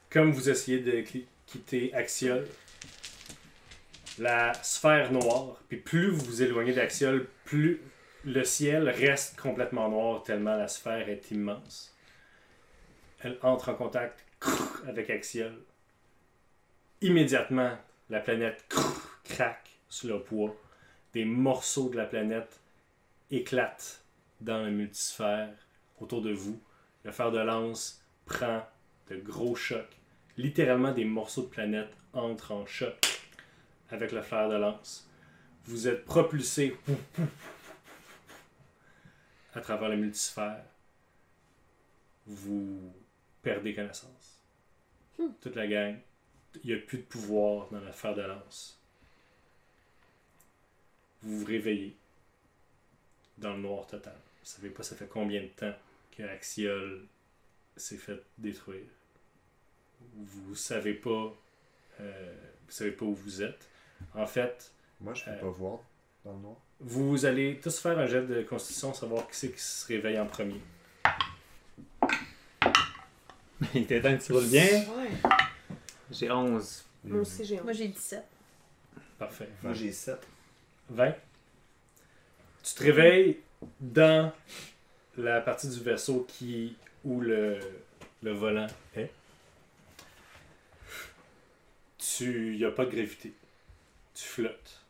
Comme vous essayez de cli- quitter Axiol, la sphère noire, puis plus vous vous éloignez d'Axiol, plus le ciel reste complètement noir tellement la sphère est immense. Elle entre en contact <laughs> avec Axiol. Immédiatement, la planète <laughs> craque sous le poids. Des morceaux de la planète éclatent dans le multisphère autour de vous. Le fer de lance prend de gros chocs. Littéralement, des morceaux de planète entrent en choc avec le fer de lance. Vous êtes propulsé à travers le multisphère. Vous perdez connaissance. Toute la gang. Il n'y a plus de pouvoir dans le fer de lance. Vous vous réveillez dans le noir total. Vous savez pas ça fait combien de temps que Axiol s'est fait détruire. Vous savez pas, euh, vous savez pas où vous êtes. En fait,
Moi, je peux
Euh.
pas voir dans le noir.
vous allez tous faire un jet de constitution, savoir qui c'est qui se réveille en premier.
<laughs> Il était temps que tu roules bien.
Ouais.
J'ai 11.
Moi aussi, j'ai
Moi, j'ai 17.
Parfait.
Moi j'ai 7.
20. Tu te réveilles dans la partie du vaisseau qui où le, le volant est. Tu y a pas de gravité. Tu flottes.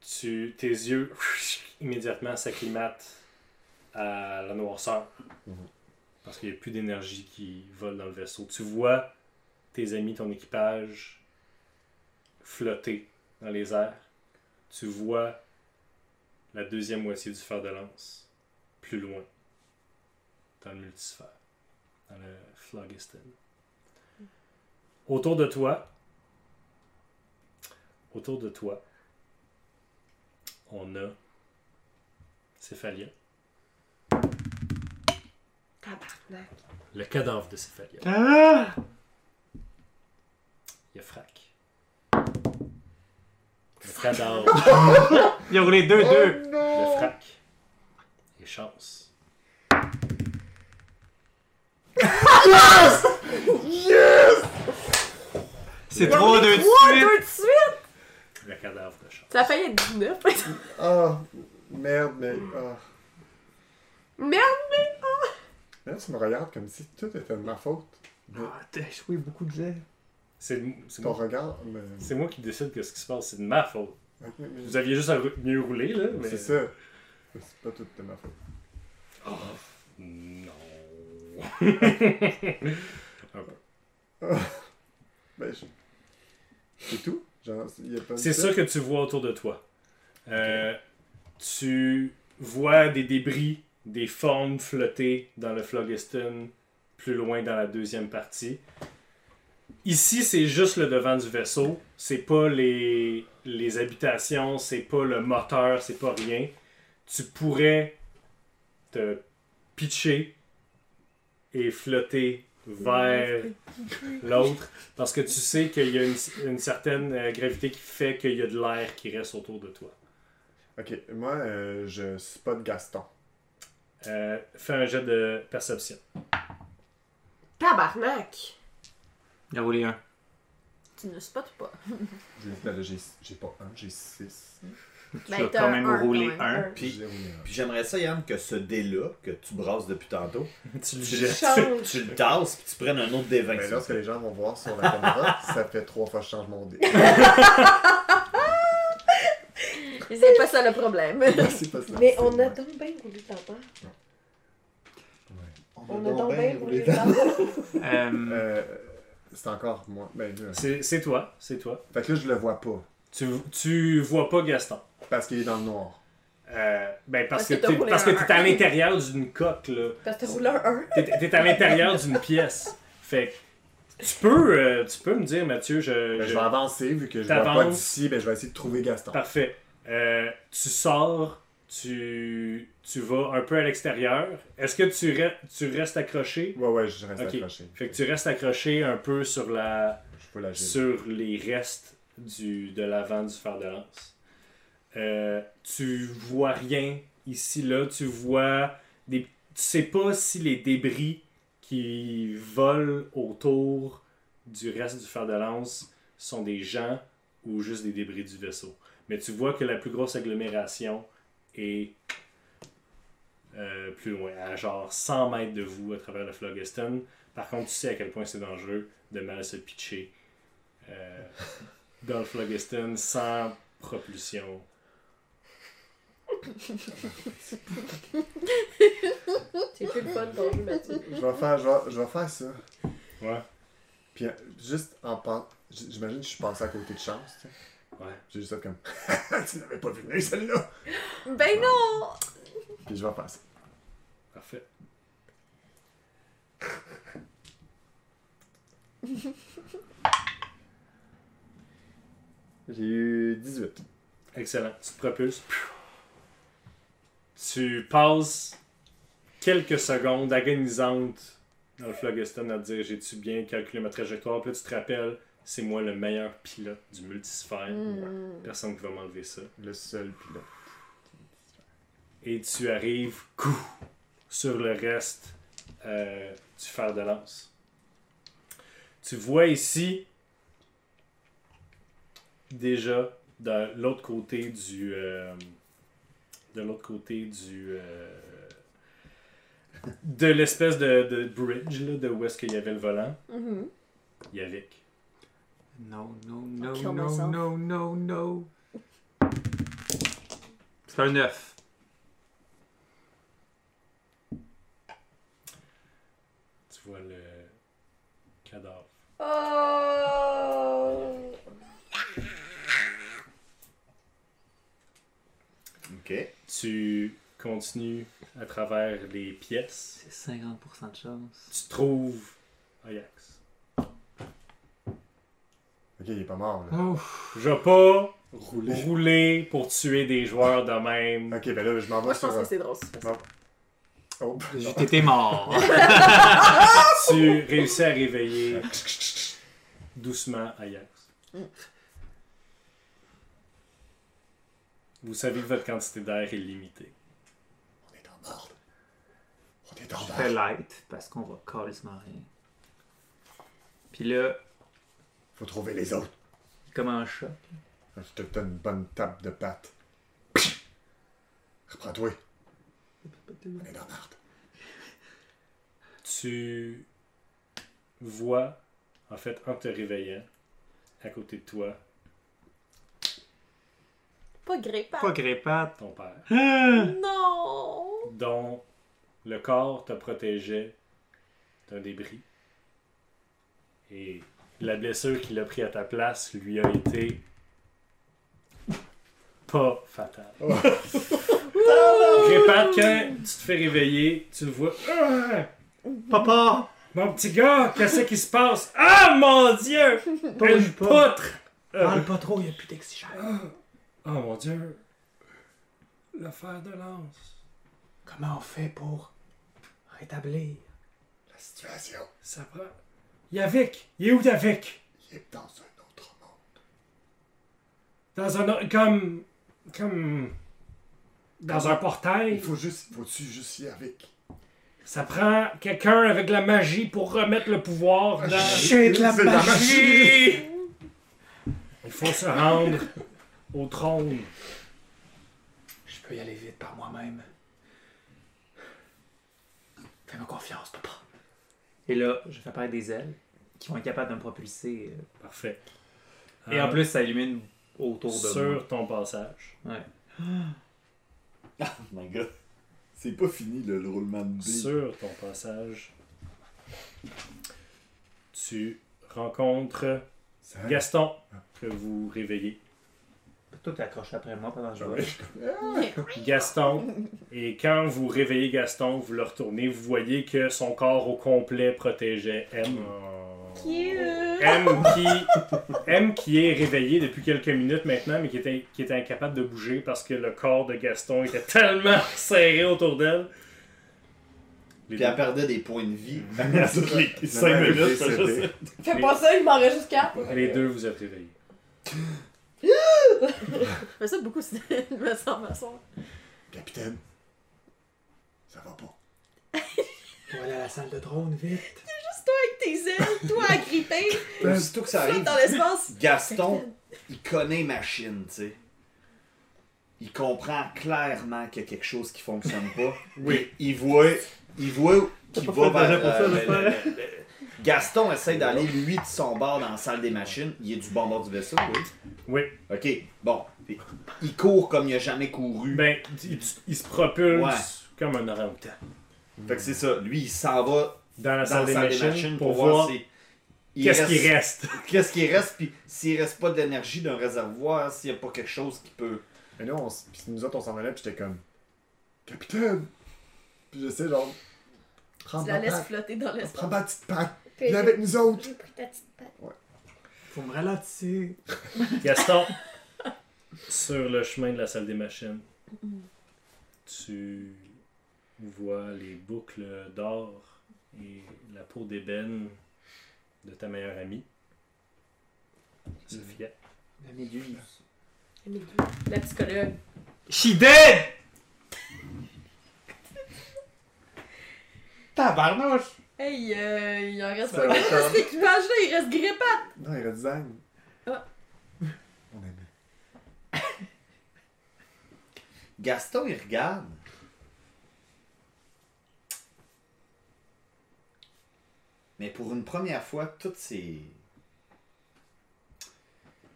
Tu tes yeux <laughs> immédiatement s'acclimatent à la noirceur parce qu'il n'y a plus d'énergie qui vole dans le vaisseau. Tu vois tes amis, ton équipage flotter dans les airs tu vois la deuxième moitié du fer de lance, plus loin, dans le multisphère, dans le Phlogiston. Autour de toi, autour de toi, on a Céphalia,
Tabarnak.
le cadavre de Céphalia.
Ah!
Il y a Frac. Le cadavre
Il a roulé 2-2.
Oh!
de Frac. Et Chance.
C'est 3-2 de suite.
2 de suite!
Le cadavre de Chance.
Ça a failli être 19.
Ah, merde, mais. ah.
Merde, mais.
Là, tu me regardes comme si tout était de ma faute.
Ah, t'as échoué beaucoup de jets.
C'est c'est
Ton
moi,
regard me.
c'est moi qui décide que ce qui se passe, c'est de ma faute.
Ok, mais-
Vous aviez juste à rou- mieux rouler, là. Mais...
C'est ça. C'est pas tout de ma faute.
Non.
Ben, je- C'est tout? Genre, il y a pas
C'est ça que tu vois autour de toi. Euh, Tu vois des débris, des formes flotter dans le Phlogiston, plus loin dans la deuxième partie. Ici, c'est juste le devant du vaisseau. C'est pas les, les habitations, c'est pas le moteur, c'est pas rien. Tu pourrais te pitcher et flotter vers l'autre parce que tu sais qu'il y a une, une certaine euh, gravité qui fait qu'il y a de l'air qui reste autour de toi.
Ok, moi, euh, je spot Gaston.
Euh, fais un jet de perception.
Tabarnak!
Il a roulé un.
Tu ne spots pas.
Je lui dis, ben là, j'ai j'ai pas un, j'ai six.
Tu
Ben,
vas
t'as
quand même
un,
rouler
quand même,
un.
un.
Puis,
J'ai roulé un.
puis j'aimerais ça, Yann, que ce dé-là, que tu brasses depuis tantôt,
<laughs> tu le
tu, le-
jettes.
Change.
tu le tasses, puis tu prennes un autre dé 20.
Ben, lorsque les gens vont voir sur la caméra, ça fait trois fois que je change mon dé.
C'est pas ça le problème.
Merci, pas ça.
Mais on a donc bien roulé dans On a donc bien roulé dans
Euh,
Euh, C'est encore moi. Ben, là.
C'est c'est toi, c'est toi.
Fait que là, je le vois pas.
Tu, tu vois pas Gaston.
Parce qu'il est dans le noir.
Euh, ben parce,
Parce
que
que t'as
t'es-
roulé
parce que
un
t'es à
un.
l'intérieur d'une coque, là.
Parce que t'as roulé un 1.
T'es t'es à l'intérieur d'une pièce. Fait que tu peux, euh, tu peux me dire, Mathieu, je-
Ben,
Euh, je,
je vais avancer, vu que je vois pas
T'avances.
d'ici, ben, je vais essayer de trouver Gaston.
Parfait. Euh, tu sors, tu, tu vas un peu à l'extérieur. Est-ce que tu, re- tu restes accroché?
Ouais, ouais, je reste
Ok.
accroché.
Fait que tu restes accroché un peu sur, la,
Je peux la gérer.
sur les restes du, de l'avant du fer de lance. Euh, tu vois rien ici, là. Tu vois des. Tu sais pas si les débris qui volent autour du reste du fer de lance sont des gens ou juste des débris du vaisseau. Mais tu vois que la plus grosse agglomération est euh, plus loin, à genre 100 mètres de vous à travers le Phlogiston. Par contre, tu sais à quel point c'est dangereux de mal se pitcher euh, dans le Phlogiston sans propulsion.
C'est plus le fun ton jeu, Mathieu.
Je vais faire, je vais, je vais faire ça.
Ouais.
Puis euh, juste en pensant. J'imagine que je suis passé à côté de chance, tu sais.
Ouais.
J'ai juste fait comme. <laughs> tu n'avais pas vu venir celle-là!
Ben non!
Puis je vais faire ça.
Parfait.
J'ai eu 18.
Excellent. Tu te propulses. Tu passes quelques secondes agonisantes dans le Phlogiston à te dire j'ai-tu bien calculé ma trajectoire. Puis là, tu te rappelles, c'est moi le meilleur pilote du multisphère.
Hmm.
Personne qui va m'enlever ça.
Le seul pilote.
Et tu arrives coup, sur le reste euh, du fer de lance. Tu vois ici, déjà, de l'autre côté du. euh, de l'autre côté du. euh, de l'espèce de, de bridge, là, de où est-ce qu'il y avait le volant,
Mhm.
il y a Vic.
Non, non, non,
kill
non,
myself.
non, non, non. C'est un 9.
Tu vois le cadavre.
Oh!
Ok.
Tu continues à travers les pièces.
C'est 50% de chance.
tu trouves Ajax.
Ok, il est pas mort, là.
Ouf.
Je vais pas
Roulé.
rouler pour tuer des joueurs de même.
Ok, ben là, je m'en
Moi,
vais
je
sur.
pense que
un-
c'est drôle. c'est facile.
Oh,
T'étais
<laughs>
mort.
Tu réussis à réveiller doucement Ajax. Vous savez que votre quantité d'air est limitée.
on est en ordre. On est
Je
en
fais
ordre.
light parce qu'on va carrément rien. Puis là,
Faut trouver les autres.
comme un chat.
Je te donne une bonne tape de patte. Reprends-toi. On est dans l'ordre.
Tu vois, en fait, en te réveillant, à côté de toi,
Pas grippant.
Pas grépate.
ton père,
Non!
dont Le corps te protégeait d'un débris. Et la blessure qu'il a pris à ta place lui a été pas fatale. <laughs> Répète quand tu te fais réveiller, tu le vois. Ah!
Papa!
Mon petit gars, qu'est-ce qui se passe? Ah mon dieu! Une
bouge pas.
poutre! Euh,
Parle pas trop, y'a plus d'oxygène.
Oh mon dieu! Le fer de lance.
Comment on fait pour rétablir?
La situation,
Ça prend. Yavik! Il est où Yavik?
il est dans un autre monde.
Dans un. o- Comme. Comme. Dans un portail.
Il faut juste, faut-tu juste y aller avec.
Ça prend quelqu'un avec la magie pour remettre le pouvoir dans.
J'ai de la
C'est de la
magie!
Il faut se rendre au trône.
Je peux y aller vite par moi-même. Fais-moi confiance, papa. Et là, je fais apparaître des ailes qui vont être capables de me propulser. euh,
Parfait.
Et
Euh,
en plus, ça illumine autour de moi.
sur ton passage.
Ouais.
Oh my god.
C'est pas fini le, le roulement de dés.
Sur ton passage, tu rencontres
Hein?
Ça-
Gaston que vous réveillez.
Toi, t'es accroché après moi pendant que je
Ah
vais.
ouais.
Gaston. Et quand vous réveillez Gaston, vous le retournez, vous voyez que son corps au complet protégeait M.
Cute!
M qui, M qui est réveillé depuis quelques minutes maintenant, mais qui était, qui était incapable de bouger parce que le corps de Gaston était tellement <laughs> serré autour d'elle. Les
Puis
deux-
elle perdait des points de vie.
Finalement,
les
elle
5
est
minutes,
décédée.
je sais.
Fais pas ça, il m'en reste juste quatre.
les deux vous êtes réveillés.
Mais ça, beaucoup, c'est une façon, façon.
Capitaine, ça va pas.
On va aller à la salle de drone, vite.
Avec tes ailes, <laughs> toi, agrippé,
<laughs> Surtout que ça
flotte
arrive,
dans l'espace.
Gaston, il connaît machine, tu sais. Il comprend clairement qu'il y a quelque chose qui fonctionne pas. oui. Il voit, il voit qu'il
pas
va
fait de projet
vers.
pour ça,
euh,
j'espère.
le- le- le- Gaston essaie d'aller lui de son bord dans la salle des machines. Il est du bon bord du vaisseau, oui.
Oui.
Ok, bon. Il court comme il a jamais couru.
Ben, il, il se propulse
Ouais.
comme un orang-outan.
Fait que c'est ça. Lui, il s'en va
Dans la
dans
salle des machines,
pour voir si- il
qu'est-ce qui reste.
Qu'est-ce qui reste, puis s'il reste pas de l'énergie d'un réservoir, s'il y a pas quelque chose qui peut.
Mais là, on, s- pis nous autres, on s'en allait, pis j'étais comme, Capitaine! Pis j'essaie, genre, prends
Tu la
ma
laisses
patte,
flotter dans
prends
l'espace.
ma petite patte, viens avec nous autres!
J'ai pris ta petite patte.
Faut me ralentir.
Gaston, sur le chemin de la salle des machines, tu vois les boucles d'or et la peau d'ébène de ta meilleure amie, Sophia.
La méduse.
La psychologue.
She dead!
<laughs>
Tabarnouche!
Hey, euh, il en reste
Ça
pas
va
grand
faire.
cet équipage-là, il reste grippant.
Non, il redesigne.
Ah.
Mon ami.
Gaston, il regarde. Mais pour une première fois, toutes ces.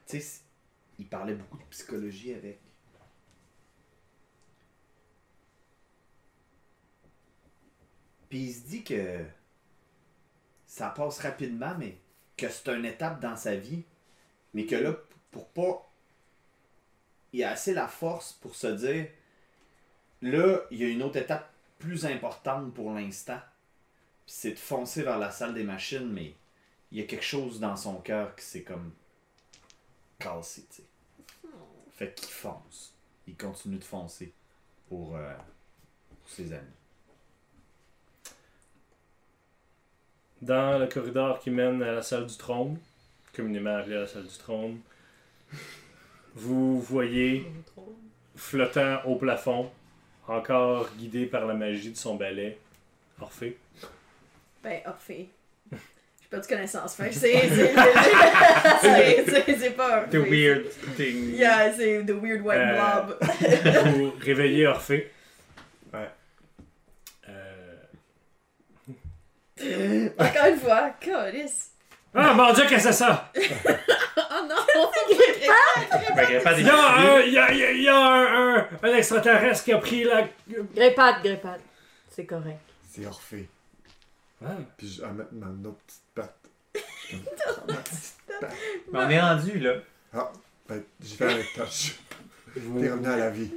Tu sais, il parlait beaucoup de psychologie avec. Puis il se dit que ça passe rapidement, mais que c'est une étape dans sa vie. Mais que là, pour pas il a assez la force pour se dire là, il y a une autre étape plus importante pour l'instant. Puis c'est de foncer vers la salle des machines, mais il y a quelque chose dans son cœur qui s'est comme cassé, tu sais. Fait qu'il fonce. Il continue de foncer pour, euh, pour ses amis.
Dans le corridor qui mène à la salle du trône, communément appelée la salle du trône, vous voyez flottant au plafond, encore guidé par la magie de son balai, Orphée.
Ben, Orphée. J'ai perdu connaissance. Fait que c'est. c'est- c'est- c'est- C'est pas
The
Orphée.
weird thing.
Yeah, c'est The Weird White
Euh,
Blob.
vous réveillez Orphée.
Ouais.
Euh,
Encore une fois, Calice.
Ah mon dieu, qu'est-ce que c'est ça?
Oh non! C'est grippant!
Ben, pas des
Il y a, un, il y a- il y a- il y a un, un- un extraterrestre qui a pris la.
Grimpade, grimpade. C'est correct.
C'est Orphée.
Ah.
Puis je vais mettre ma ma autre petite patte. Je suis comme, ma petite patte.
Mais on est rendu là.
Ah, ben, j'y vais avec touch.
Vous,
T'es revenu à la vie.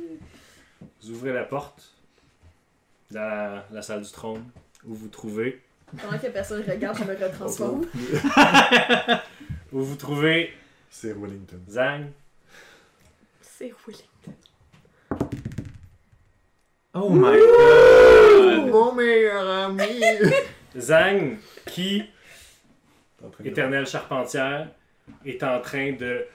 vous ouvrez la porte de la, la salle du trône où vous trouvez
Pendant que personne regarde, je me retransforme.
où vous trouvez
C'est Wellington.
Zang.
C'est roulé.
Oh my god!
Mon meilleur ami!
Zang qui
T'es en train de-
éternelle charpentière, est en train de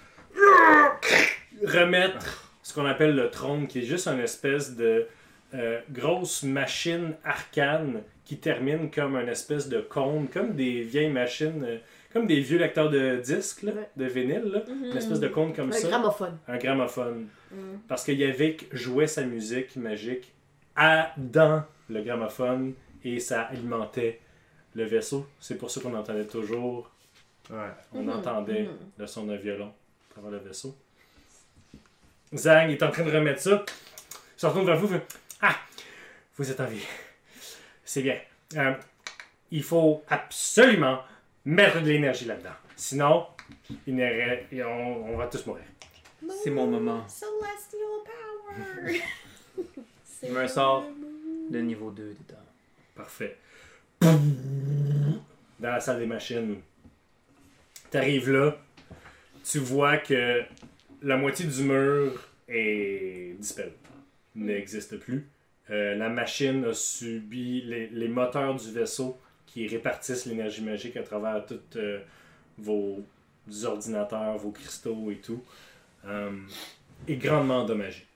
remettre ce qu'on appelle le trône, qui est juste une espèce de euh, grosse machine arcane qui termine comme une espèce de cône, comme des vieilles machines, euh, comme des vieux lecteurs de disques, là,
Ouais. Mhm.
de vinyle, là. une espèce de cône comme
Un Mhm.
ça,
gramophone.
un gramophone.
Mm.
Parce que Yavik jouait sa musique magique à, dans le gramophone et ça alimentait le vaisseau. C'est pour ça qu'on entendait toujours
Ouais.
on
Mhm,
entendait
mhm.
le son d'un violon à travers le vaisseau. Zang est en train de remettre ça. Il se retourne vers vous. Fait, ah, vous êtes en vie. C'est bien. Euh, il faut absolument mettre de l'énergie là-dedans. Sinon, il n'y aurait- et on, on va tous mourir.
C'est mon moment.
Celestial power! C'est
Il me sort le niveau 2 dedans.
Parfait. Dans la salle des machines. T'arrives là, tu vois que la moitié du mur est dispel, n'existe plus. Euh, la machine a subi les, les moteurs du vaisseau qui répartissent l'énergie magique à travers tous euh, vos ordinateurs, vos cristaux et tout, euh, est grandement endommagé.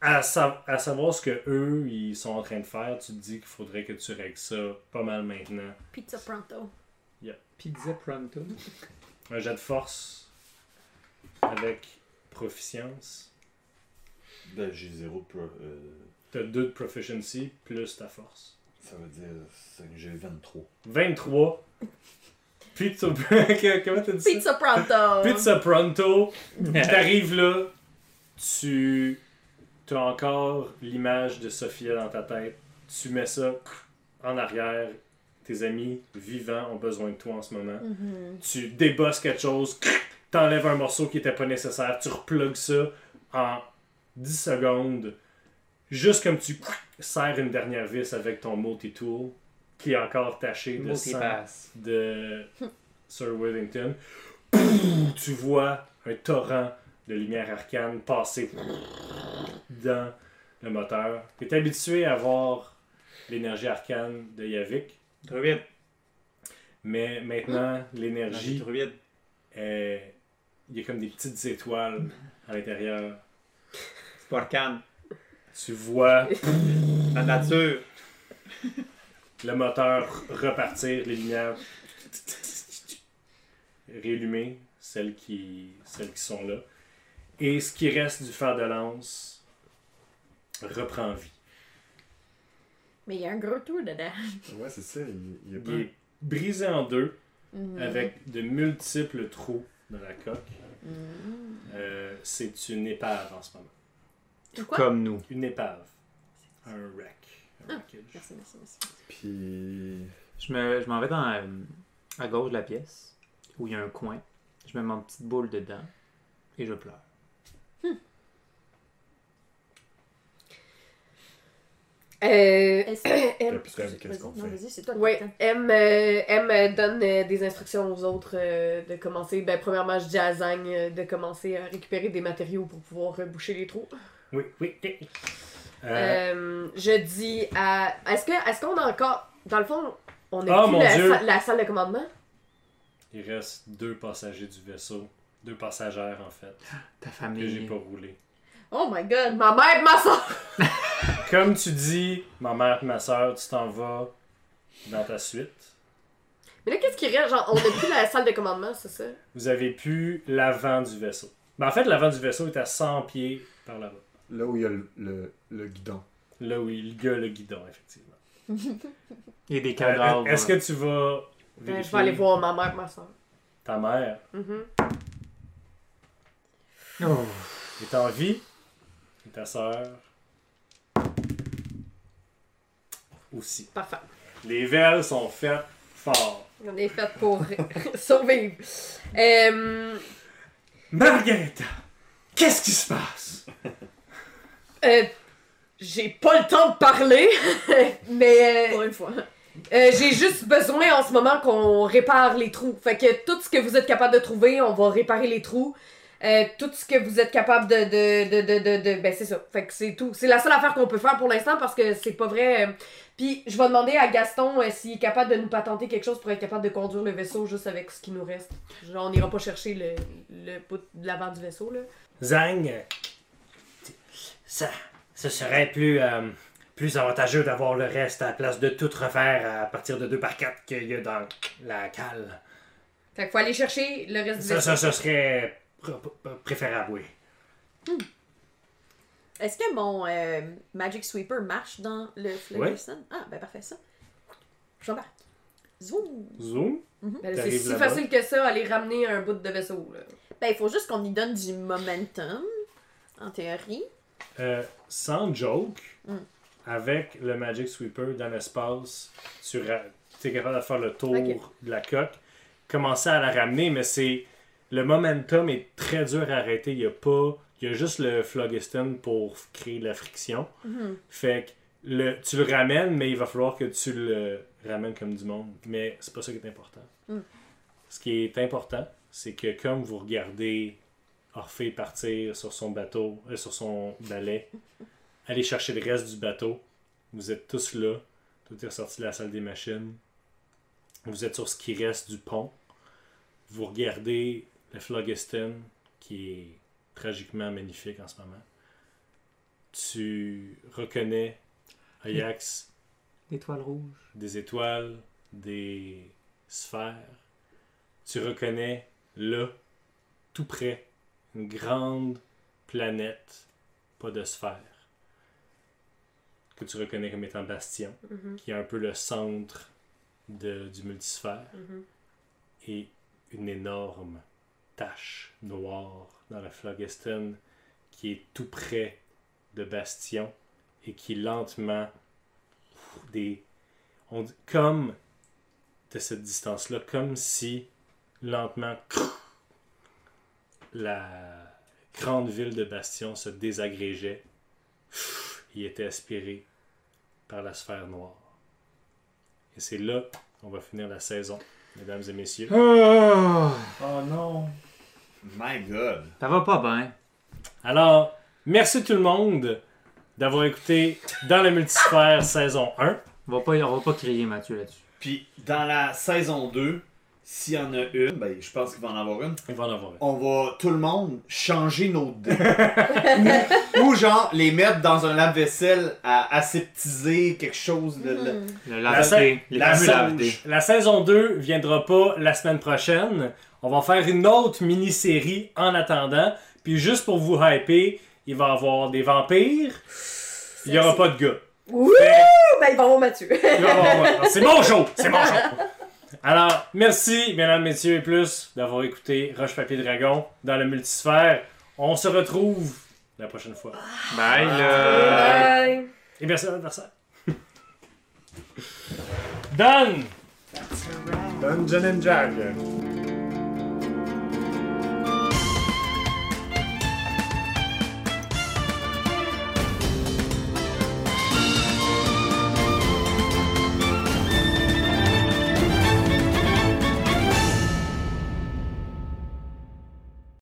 À, sa- à savoir ce que eux ils sont en train de faire, tu te dis qu'il faudrait que tu règles ça pas mal maintenant.
Pizza pronto.
Pizza pronto.
Un jet de force avec proficience.
Ben, j'ai zéro. pro- euh,
T'as 2 de proficiency plus ta force.
ça veut dire c'est que j'ai 23.
23. Pizza. que- <laughs> Comment t'as dit ça?
Pizza pronto!
Pizza Pronto. T'arrives là. Tu. T'as encore l'image de Sophia dans ta tête. Tu mets ça en arrière. Tes amis vivants ont besoin de toi en ce moment.
Mhm.
tu débosses quelque chose, t'enlèves un morceau qui était pas nécessaire, tu replugues ça en 10 secondes, juste comme tu serres une dernière vis avec ton multi-tool, qui est encore taché de sang
Multipass.
de Sir Wellington. Tu vois un torrent de lumière arcane passer dans le moteur. T'es habitué à voir l'énergie arcane de Yavik,
Trop vite.
mais maintenant l'énergie
Trop vite.
euh, il y a comme des petites étoiles à l'intérieur.
C'est pas arcane.
Tu vois
La nature.
le moteur repartir, les lumières réallumer, celles qui, celles qui sont là. Et ce qui reste du fer de lance reprend vie.
Mais il y a un gros trou dedans.
Ouais, c'est ça. Il, il est
Il
pas.
est brisé en deux
Mhm.
avec de multiples trous dans la coque.
Mhm.
Euh, C'est une épave en ce moment.
Pourquoi?
Comme nous.
Une épave. Un wreck. Un wreckage.
Merci, merci, merci.
Puis.
Je me- je m'en vais dans euh, à gauche de la pièce où il y a un coin. Je mets mon petite boule dedans et je pleure.
Euh.
Est-ce
Là,
que.
puis quand même, qu'est-ce qu'on
Vas-y, non,
fait?
vas-y, c'est toi.
Oui,
Capitaine.
M, euh, M, euh, donne euh, des instructions aux autres euh, de commencer. Ben, premièrement, je dis à Zang euh, de commencer à récupérer des matériaux pour pouvoir euh, boucher les trous.
Oui, oui. oui. Euh,
Euh, je dis à. Est-ce que est-ce qu'on a encore. Dans le fond, on a
Ah,
plus
mon
la,
Dieu.
sa- la salle de commandement?
Il reste deux passagers du vaisseau. Deux passagères, en fait,
Ta
que j'ai
famille.
pas roulé.
Oh my god!
Ma mère et ma soeur!
Comme tu dis, ma mère et ma soeur, tu t'en vas dans ta suite.
Mais là, qu'est-ce qui reste? Genre, on a plus la salle de commandement, c'est ça?
Vous avez pu l'avant du vaisseau. Mais en fait, l'avant du vaisseau est à 100 pieds par là-bas.
Là où il y a le, le, le guidon.
Là où il gueule le guidon, effectivement.
Et des
Euh,
cadavres.
Est-ce
hein.
que tu vas
Ben, je
vérifier
vais aller voir ma mère et ma soeur. Mm-hmm.
ta mère
Oh.
est en vie et ta soeur aussi.
Parfait.
Les velles sont faites fort.
On est fait pour <laughs> survivre. Euh,
Margarita, qu'est-ce qui se passe?
euh, j'ai pas le temps de parler, <laughs> mais
Pour
euh,
une fois.
euh, j'ai juste besoin en ce moment qu'on répare les trous. Fait que tout ce que vous êtes capable de trouver, on va réparer les trous. Euh, tout ce que vous êtes capable de, de, de, de, de- de- ben c'est ça. Fait que c'est tout. C'est la seule affaire qu'on peut faire pour l'instant parce que c'est pas vrai. euh. Puis je vais demander à Gaston euh, s'il est capable de nous patenter quelque chose pour être capable de conduire le vaisseau juste avec ce qui nous reste. Genre on ira pas chercher le, le bout de l'avant du vaisseau là.
Zang, ça, ce serait plus, euh, plus avantageux d'avoir le reste à la place de tout refaire à partir de 2 par 4 qu'il y a dans la cale.
Fait qu'il faut aller chercher le reste du
Ça,
vaisseau.
ça, ce serait pr- pr- préférable, oui.
Est-ce que mon euh, Magic Sweeper marche dans le Flutterson? Ah, ben parfait, ça. J'embarque. Zoom!
Zoom?
Ben, c'est
T'arrives
si
là-bas.
facile que ça, aller ramener un bout de vaisseau. Là.
Ben, il faut juste qu'on y donne du momentum, en théorie.
Euh, sans joke,
Mm.
avec le Magic Sweeper dans l'espace, tu es capable de faire le tour
Ok.
de la coque, commencer à la ramener, mais c'est. Le momentum est très dur à arrêter. Il n'y a pas. Il y a juste le phlogiston pour f- créer de la friction.
Mm-hmm.
Fait que le, tu le ramènes, mais il va falloir que tu le ramènes comme du monde. Mais c'est pas ça qui est important.
Mm.
Ce qui est important, c'est que comme vous regardez Orphée partir sur son bateau, euh, sur son balai, aller chercher le reste du bateau, vous êtes tous là. Tout est ressorti de la salle des machines. Vous êtes sur ce qui reste du pont. Vous regardez le Phlogiston, qui est tragiquement magnifique en ce moment. Tu reconnais Ajax,
L'étoile rouge.
des étoiles, des sphères. Tu reconnais là, tout près, une grande planète, pas de sphère, que tu reconnais comme étant Bastion qui est un peu le centre de- du multisphère,
Mhm.
et une énorme tache noire dans la phlogiston qui est tout près de Bastion et qui lentement, pff, des, on dit- comme de cette distance-là, comme si lentement la grande ville de Bastion se désagrégeait, Pff, y était aspirée par la sphère noire. Et c'est là qu'on va finir la saison, mesdames et messieurs.
Oh non.
My god.
Ça va pas bien.
Alors, merci tout le monde d'avoir écouté Dans le multisphère saison 1.
On va pas, on va pas crier Mathieu là-dessus.
Puis dans la saison 2, s'il y en a une, ben je pense qu'il va en avoir une,
Il va en avoir une.
on va tout le monde changer nos dés. <laughs> ou, ou genre les mettre dans un lave-vaisselle à aseptiser quelque chose de. de-
Le
La sa-
lave-dé. Les
la
fameux
sa-
lave-dé.
La saison 2 viendra pas la semaine prochaine. On va faire une autre mini-série en attendant. Puis juste pour vous hyper, il va y avoir des vampires. Il n'y aura pas de gars.
Ouh, ben il va voir Mathieu.
Il va y avoir moi. C'est mon show! C'est mon show! Alors, merci, mesdames, messieurs et plus, d'avoir écouté Roche Papier Dragon dans le multisphère. On se retrouve la prochaine fois.
Bye
Euh,
là.
Bye.
Et merci à l'adversaire. Dan!
Dungeon and Dragon.